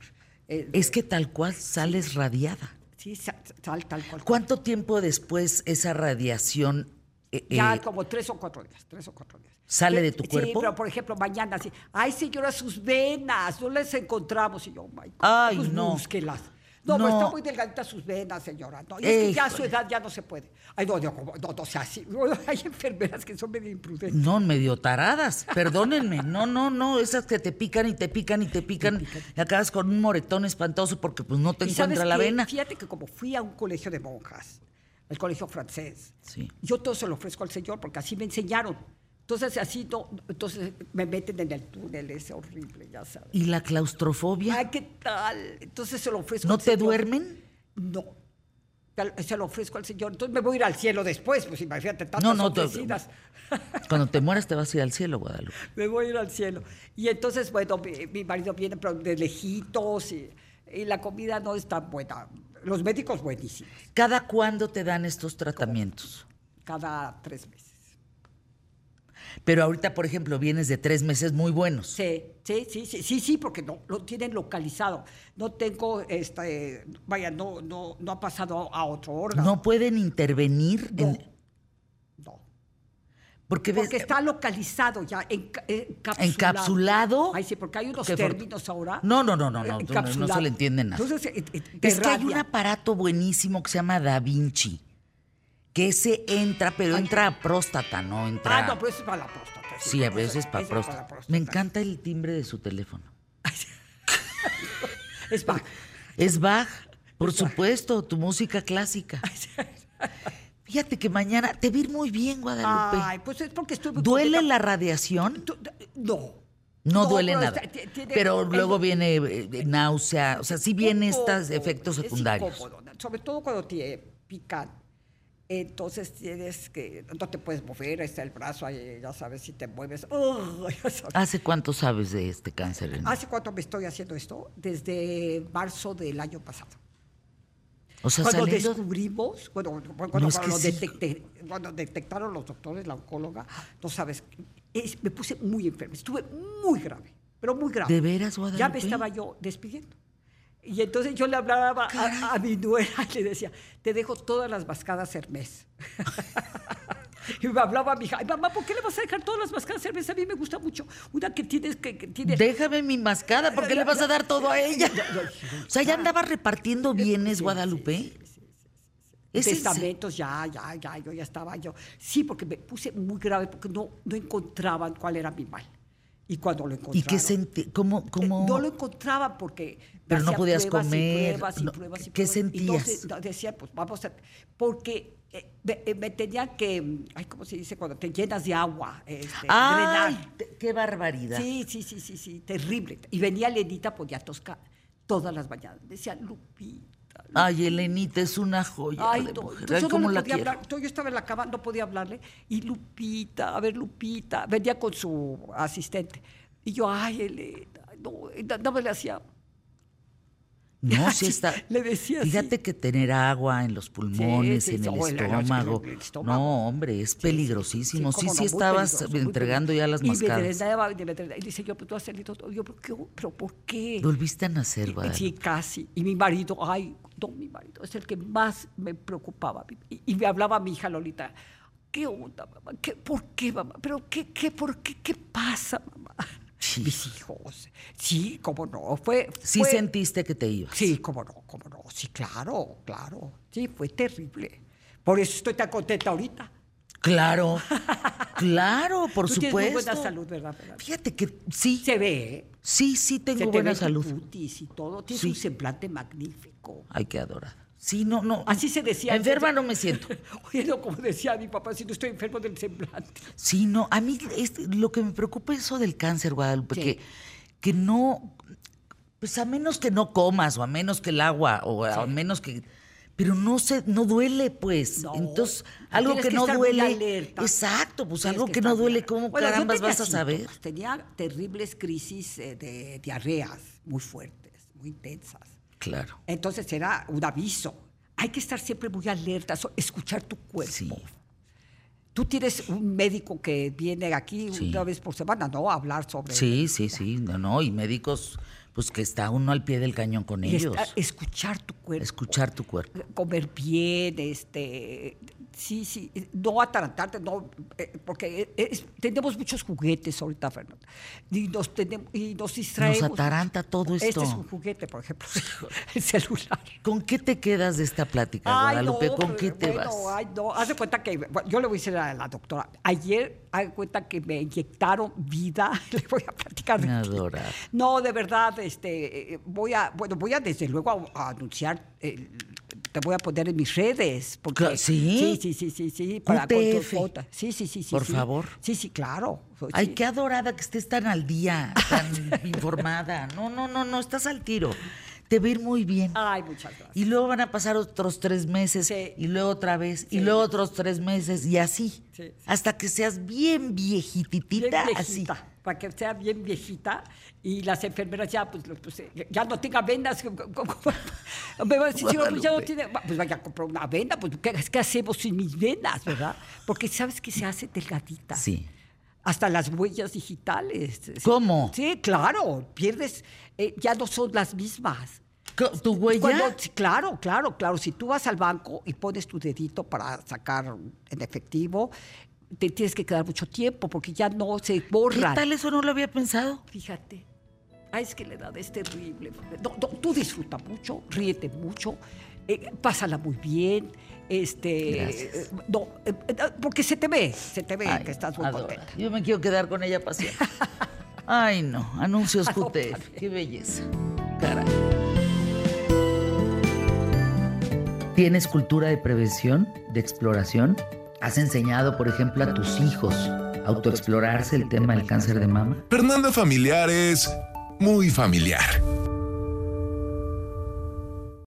[SPEAKER 2] eh,
[SPEAKER 1] Es que tal cual sales radiada.
[SPEAKER 2] sí, sal, sal- tal cual.
[SPEAKER 1] ¿Cuánto tiempo después esa radiación eh,
[SPEAKER 2] Ya
[SPEAKER 1] eh,
[SPEAKER 2] como tres o cuatro días, tres o cuatro días.
[SPEAKER 1] ¿Sale
[SPEAKER 2] Pero-
[SPEAKER 1] de tu
[SPEAKER 2] Sí,
[SPEAKER 1] cuerpo?
[SPEAKER 2] pero por ejemplo, mañana, sí, ay señora, sus venas, no las encontramos, y yo, oh my God,
[SPEAKER 1] Ay,
[SPEAKER 2] pues
[SPEAKER 1] no.
[SPEAKER 2] búsquelas. No,
[SPEAKER 1] No.
[SPEAKER 2] pero está muy delgadita sus venas, señora. No, y es que ya a su
[SPEAKER 1] Híjole.
[SPEAKER 2] edad ya no se puede. Ay, no, no, como- no, no sea así. Hay enfermeras que son medio imprudentes.
[SPEAKER 1] No, medio taradas, perdónenme. No, no, no, esas que te pican y te pican y te pican. Y acabas con un moretón espantoso porque pues no te
[SPEAKER 2] ¿Y sabes
[SPEAKER 1] encuentra la
[SPEAKER 2] qué?
[SPEAKER 1] vena.
[SPEAKER 2] Fíjate que como fui a un colegio de monjas, el colegio francés,
[SPEAKER 1] Sí.
[SPEAKER 2] yo todo se lo ofrezco al Señor porque así me enseñaron. Entonces, así no, entonces me meten en el túnel, es horrible, ya sabes.
[SPEAKER 1] ¿Y la claustrofobia?
[SPEAKER 2] Ay, ¿qué tal? Entonces se lo ofrezco
[SPEAKER 1] ¿No
[SPEAKER 2] al
[SPEAKER 1] te
[SPEAKER 2] Señor.
[SPEAKER 1] duermen?
[SPEAKER 2] No. Tal- Se lo ofrezco al Señor. Entonces me voy a ir al cielo después, pues imagínate tantas
[SPEAKER 1] No, no, te-
[SPEAKER 2] ofrecidas.
[SPEAKER 1] Cuando te mueras te vas a ir al cielo, Guadalupe.
[SPEAKER 2] me voy a ir al cielo. Y entonces, bueno, mi, mi marido viene pero de lejitos y, y la comida no es tan buena. Los médicos buenísimos,
[SPEAKER 1] ¿Cada cuándo te dan estos tratamientos?
[SPEAKER 2] cada tres meses.
[SPEAKER 1] Pero ahorita, por ejemplo, vienes de tres meses muy buenos.
[SPEAKER 2] Sí, sí, sí, sí, sí, sí, porque no, lo tienen localizado. No tengo, este, vaya, no, no, no ha pasado a otro órgano.
[SPEAKER 1] ¿No pueden intervenir?
[SPEAKER 2] No.
[SPEAKER 1] en-
[SPEAKER 2] No.
[SPEAKER 1] Porque, ves-
[SPEAKER 2] Porque está localizado ya, enca- eh, encapsulado.
[SPEAKER 1] ¿Encapsulado?
[SPEAKER 2] Ay, sí, porque hay unos
[SPEAKER 1] Qué for-
[SPEAKER 2] términos ahora.
[SPEAKER 1] No, no, no, no, no,
[SPEAKER 2] Eh,
[SPEAKER 1] tú no- no se le entiende nada.
[SPEAKER 2] Entonces, eh, eh, te
[SPEAKER 1] Es que hay un
[SPEAKER 2] irradia.
[SPEAKER 1] aparato buenísimo que se llama Da Vinci, que ese entra, pero entra a próstata, no entra.
[SPEAKER 2] Ah, no, pero eso es para la próstata.
[SPEAKER 1] Sí, a
[SPEAKER 2] eso-
[SPEAKER 1] veces para
[SPEAKER 2] eso es
[SPEAKER 1] próstata.
[SPEAKER 2] la
[SPEAKER 1] Me encanta el timbre de su teléfono.
[SPEAKER 2] Es para...
[SPEAKER 1] Es Bach, por supuesto, tu música clásica. Fíjate que mañana te va a ir muy bien, Guadalupe.
[SPEAKER 2] Ay, pues es porque estoy... muy
[SPEAKER 1] ¿Duele
[SPEAKER 2] contenta.
[SPEAKER 1] la radiación?
[SPEAKER 2] Tú- tú- No.
[SPEAKER 1] No, duele
[SPEAKER 2] pero
[SPEAKER 1] nada.
[SPEAKER 2] está- ti- tiene-
[SPEAKER 1] Pero
[SPEAKER 2] el-
[SPEAKER 1] luego viene eh, náusea, o sea, sí vienen estos
[SPEAKER 2] incómodo,
[SPEAKER 1] efectos
[SPEAKER 2] es
[SPEAKER 1] secundarios.
[SPEAKER 2] incómodo, sobre todo cuando te pican. Entonces tienes que. No te puedes mover, está el brazo ahí, ya sabes, si te mueves. ¡ugh! ya sabes.
[SPEAKER 1] ¿Hace cuánto sabes de este cáncer? Elena?
[SPEAKER 2] ¿Hace cuánto me estoy haciendo esto? Desde marzo del año pasado.
[SPEAKER 1] O sea,
[SPEAKER 2] Cuando
[SPEAKER 1] saliendo-
[SPEAKER 2] descubrimos, bueno, cuando,
[SPEAKER 1] No,
[SPEAKER 2] cuando,
[SPEAKER 1] es que
[SPEAKER 2] lo
[SPEAKER 1] sí.
[SPEAKER 2] detecté- cuando detectaron los doctores, la oncóloga, no sabes, es- me puse muy enferma, estuve muy grave, pero muy grave.
[SPEAKER 1] ¿De veras, Guadalupe?
[SPEAKER 2] Ya me estaba yo despidiendo. Y entonces yo le hablaba a, a mi nuera y le decía, te dejo todas las mascadas Hermes. y me hablaba a mi hija, "Ay, mamá, ¿por qué le vas a dejar todas las mascadas Hermes? A mí me gusta mucho. Una que tienes que, que tiene...
[SPEAKER 1] déjame mi mascada, ¿por qué le vas a dar todo a ella? O sea, ya andaba repartiendo bienes, Guadalupe. ¿Es en serio?
[SPEAKER 2] testamentos, ya, ya, ya, yo ya estaba yo. Sí, porque me puse muy grave porque no, no encontraban cuál era mi mal. Y cuando lo
[SPEAKER 1] ¿Y
[SPEAKER 2] encontraron.
[SPEAKER 1] qué senti- ¿Cómo,
[SPEAKER 2] Eh,
[SPEAKER 1] cómo?
[SPEAKER 2] No lo encontraban porque. me
[SPEAKER 1] Pero no
[SPEAKER 2] hacía
[SPEAKER 1] podías
[SPEAKER 2] pruebas y
[SPEAKER 1] comer,
[SPEAKER 2] pruebas y
[SPEAKER 1] no,
[SPEAKER 2] pruebas y
[SPEAKER 1] ¿qué
[SPEAKER 2] pruebas. Y
[SPEAKER 1] sentías?
[SPEAKER 2] entonces, no, decía, pues vamos a. Porque eh, me, eh, me tenían que. mm, Ay, ¿cómo se dice? Cuando te llenas de agua. Este,
[SPEAKER 1] ¡Ay!
[SPEAKER 2] drenar.
[SPEAKER 1] te- ¡Qué barbaridad!
[SPEAKER 2] Sí, sí, sí, sí, sí, terrible. Y venía Lenita Podiatosca todas las mañanas. Decía, Lupita,
[SPEAKER 1] Ay, Elenita, es una joya
[SPEAKER 2] Ay,
[SPEAKER 1] de
[SPEAKER 2] no,
[SPEAKER 1] mujer.
[SPEAKER 2] entonces
[SPEAKER 1] Ay,
[SPEAKER 2] yo
[SPEAKER 1] cómo
[SPEAKER 2] no le
[SPEAKER 1] la
[SPEAKER 2] podía
[SPEAKER 1] quiero.
[SPEAKER 2] hablar. Entonces yo estaba en la cama, no podía hablarle. Y Lupita, a ver, Lupita, venía con su asistente. Y yo, ay, Elena, no, no, no me le hacía.
[SPEAKER 1] No, sí está.
[SPEAKER 2] Le decía así.
[SPEAKER 1] Fíjate que tener agua en los pulmones,
[SPEAKER 2] Sí, sí,
[SPEAKER 1] en
[SPEAKER 2] sí,
[SPEAKER 1] el
[SPEAKER 2] o en la- en el
[SPEAKER 1] estómago.
[SPEAKER 2] estómago.
[SPEAKER 1] No, hombre, es peligrosísimo. Sí, sí,
[SPEAKER 2] cómo no, muy
[SPEAKER 1] estabas
[SPEAKER 2] peligroso, muy
[SPEAKER 1] entregando ya
[SPEAKER 2] peligroso.
[SPEAKER 1] las
[SPEAKER 2] Y me
[SPEAKER 1] mascadas.
[SPEAKER 2] drenaba, y me drenaba. Y dice yo, pero tú has salido todo. Yo, pero, qué, pero ¿por qué?
[SPEAKER 1] Volviste a nacer,
[SPEAKER 2] Y- Sí,
[SPEAKER 1] Guadalupe.
[SPEAKER 2] casi. Y mi marido, ay, no, mi marido es el que más me preocupaba. Y, y me hablaba mi hija Lolita, ¿qué onda, mamá? ¿Qué, ¿Por qué, mamá? ¿Pero qué, qué, por qué, qué pasa, mamá?
[SPEAKER 1] Sí.
[SPEAKER 2] Mis hijos. Sí, cómo no. Fue,
[SPEAKER 1] Sí
[SPEAKER 2] fue-
[SPEAKER 1] sentiste que te ibas.
[SPEAKER 2] Sí, cómo no, cómo no. Sí, claro, claro. Sí, fue terrible. Por eso estoy tan contenta ahorita.
[SPEAKER 1] Claro, claro, por
[SPEAKER 2] Tú
[SPEAKER 1] supuesto.
[SPEAKER 2] tienes muy buena salud, ¿verdad? Fernanda?
[SPEAKER 1] Fíjate que sí,
[SPEAKER 2] Se ve, ¿eh?
[SPEAKER 1] sí, sí
[SPEAKER 2] Se
[SPEAKER 1] tengo
[SPEAKER 2] te
[SPEAKER 1] buena
[SPEAKER 2] ve tu
[SPEAKER 1] salud.
[SPEAKER 2] cutis y todo. Tienes
[SPEAKER 1] Sí.
[SPEAKER 2] un semblante magnífico.
[SPEAKER 1] Ay, qué adorada. Sí, no, no.
[SPEAKER 2] Así se decía.
[SPEAKER 1] Enferma
[SPEAKER 2] entonces-
[SPEAKER 1] no me siento.
[SPEAKER 2] Oye, no, como decía mi papá, si no estoy enfermo del semblante.
[SPEAKER 1] Sí, no, a mí es- lo que me preocupa es eso del cáncer, Guadalupe,
[SPEAKER 2] Sí.
[SPEAKER 1] que, que no, pues a menos que no comas o a menos que el agua o a menos que... Pero no se, no duele, pues.
[SPEAKER 2] No.
[SPEAKER 1] Entonces, algo
[SPEAKER 2] Tienes
[SPEAKER 1] que,
[SPEAKER 2] que
[SPEAKER 1] no
[SPEAKER 2] estar muy
[SPEAKER 1] duele.
[SPEAKER 2] alerta.
[SPEAKER 1] Exacto, pues
[SPEAKER 2] Tienes
[SPEAKER 1] algo que,
[SPEAKER 2] estar
[SPEAKER 1] no
[SPEAKER 2] muy
[SPEAKER 1] duele,
[SPEAKER 2] alerta.
[SPEAKER 1] ¿cómo
[SPEAKER 2] Bueno, yo
[SPEAKER 1] carambas
[SPEAKER 2] tenía
[SPEAKER 1] vas a saber?
[SPEAKER 2] síntomas, Tenía terribles crisis eh, de diarreas muy fuertes, muy intensas.
[SPEAKER 1] Claro.
[SPEAKER 2] Entonces era un aviso. Hay que estar siempre muy alerta, so- escuchar tu cuerpo.
[SPEAKER 1] Sí.
[SPEAKER 2] Tú tienes un médico que viene aquí
[SPEAKER 1] Sí.
[SPEAKER 2] una vez por semana, ¿no? A hablar sobre...
[SPEAKER 1] Sí, sí, sí, no, no, y médicos, pues que está uno al pie del cañón con
[SPEAKER 2] Y
[SPEAKER 1] ellos.
[SPEAKER 2] esta- escuchar tu cuerpo.
[SPEAKER 1] Escuchar tu cuerpo.
[SPEAKER 2] comer bien, este, sí, sí, no atarantarte, no, eh, porque es- tenemos muchos juguetes ahorita, Fernanda, y nos, tenemos, y nos distraemos.
[SPEAKER 1] Nos ataranta todo esto.
[SPEAKER 2] Este es un juguete, por ejemplo, el celular.
[SPEAKER 1] ¿Con qué te quedas de esta plática, Guadalupe? ¿Con
[SPEAKER 2] pero
[SPEAKER 1] qué te
[SPEAKER 2] bueno,
[SPEAKER 1] vas?
[SPEAKER 2] Ay, no, haz de cuenta que, bueno, yo le voy a decir a la doctora, ayer, haz de cuenta que me inyectaron vida, le voy a platicar de
[SPEAKER 1] Una
[SPEAKER 2] aquí.
[SPEAKER 1] adorada.
[SPEAKER 2] No, de verdad, este, eh, voy a, bueno, voy a desde luego a, a anunciar, eh, te voy a poner en mis redes. Porque,
[SPEAKER 1] Cla- ¿sí?
[SPEAKER 2] Sí, sí, sí, sí, sí, para con tus
[SPEAKER 1] QTF.
[SPEAKER 2] fotos. Sí, sí, sí, sí.
[SPEAKER 1] Por
[SPEAKER 2] sí.
[SPEAKER 1] favor.
[SPEAKER 2] Sí, sí, claro. Pues
[SPEAKER 1] Ay,
[SPEAKER 2] Sí.
[SPEAKER 1] qué adorada que estés tan al día, tan informada. No, no, no, no, estás al tiro. Te va a ir muy bien.
[SPEAKER 2] Ay, muchas gracias.
[SPEAKER 1] Y luego van a pasar otros tres meses,
[SPEAKER 2] Ah. Sí.
[SPEAKER 1] y luego otra vez, y luego otros tres meses, y así.
[SPEAKER 2] Sí, sí.
[SPEAKER 1] Hasta que seas bien
[SPEAKER 2] Bien
[SPEAKER 1] viejititita, así.
[SPEAKER 2] viejita, para que sea bien viejita y las enfermeras ya, pues, lo- pues, eh, ya no tenga vendas. co- co- co- Me van a decir, "Señora, pues, ya no
[SPEAKER 1] Guadalupe.
[SPEAKER 2] tiene, va- pues vaya a comprar una venda, pues ¿qué, qué hacemos sin mis vendas, verdad? Porque sabes que se hace delgadita.
[SPEAKER 1] Sí.
[SPEAKER 2] Hasta las huellas digitales.
[SPEAKER 1] ¿Cómo?
[SPEAKER 2] Sí, claro, pierdes, eh, ya no son las mismas.
[SPEAKER 1] Co- ¿Tu huella?
[SPEAKER 2] Cuando- sí, claro, claro, claro. Si tú vas al banco y pones tu dedito para sacar en efectivo, te tienes que quedar mucho tiempo porque ya no se borra.
[SPEAKER 1] ¿Qué tal eso no lo había pensado?
[SPEAKER 2] Fíjate. Ay, es que la edad es terrible. No, no, tú disfruta mucho, ríete mucho, eh, pásala muy bien. Este, eh, no, eh, porque se te ve, se te ve
[SPEAKER 1] Ay,
[SPEAKER 2] que estás muy
[SPEAKER 1] adora.
[SPEAKER 2] contenta.
[SPEAKER 1] Yo me quiero quedar con ella para siempre. Ay, no, anuncios
[SPEAKER 2] Adóptame.
[SPEAKER 1] QTF. Qué belleza. Caray. ¿Tienes cultura de prevención, de exploración? ¿Has enseñado, por ejemplo, a tus hijos a autoexplorarse el tema del cáncer de mama?
[SPEAKER 3] Fernanda Familiar es muy familiar.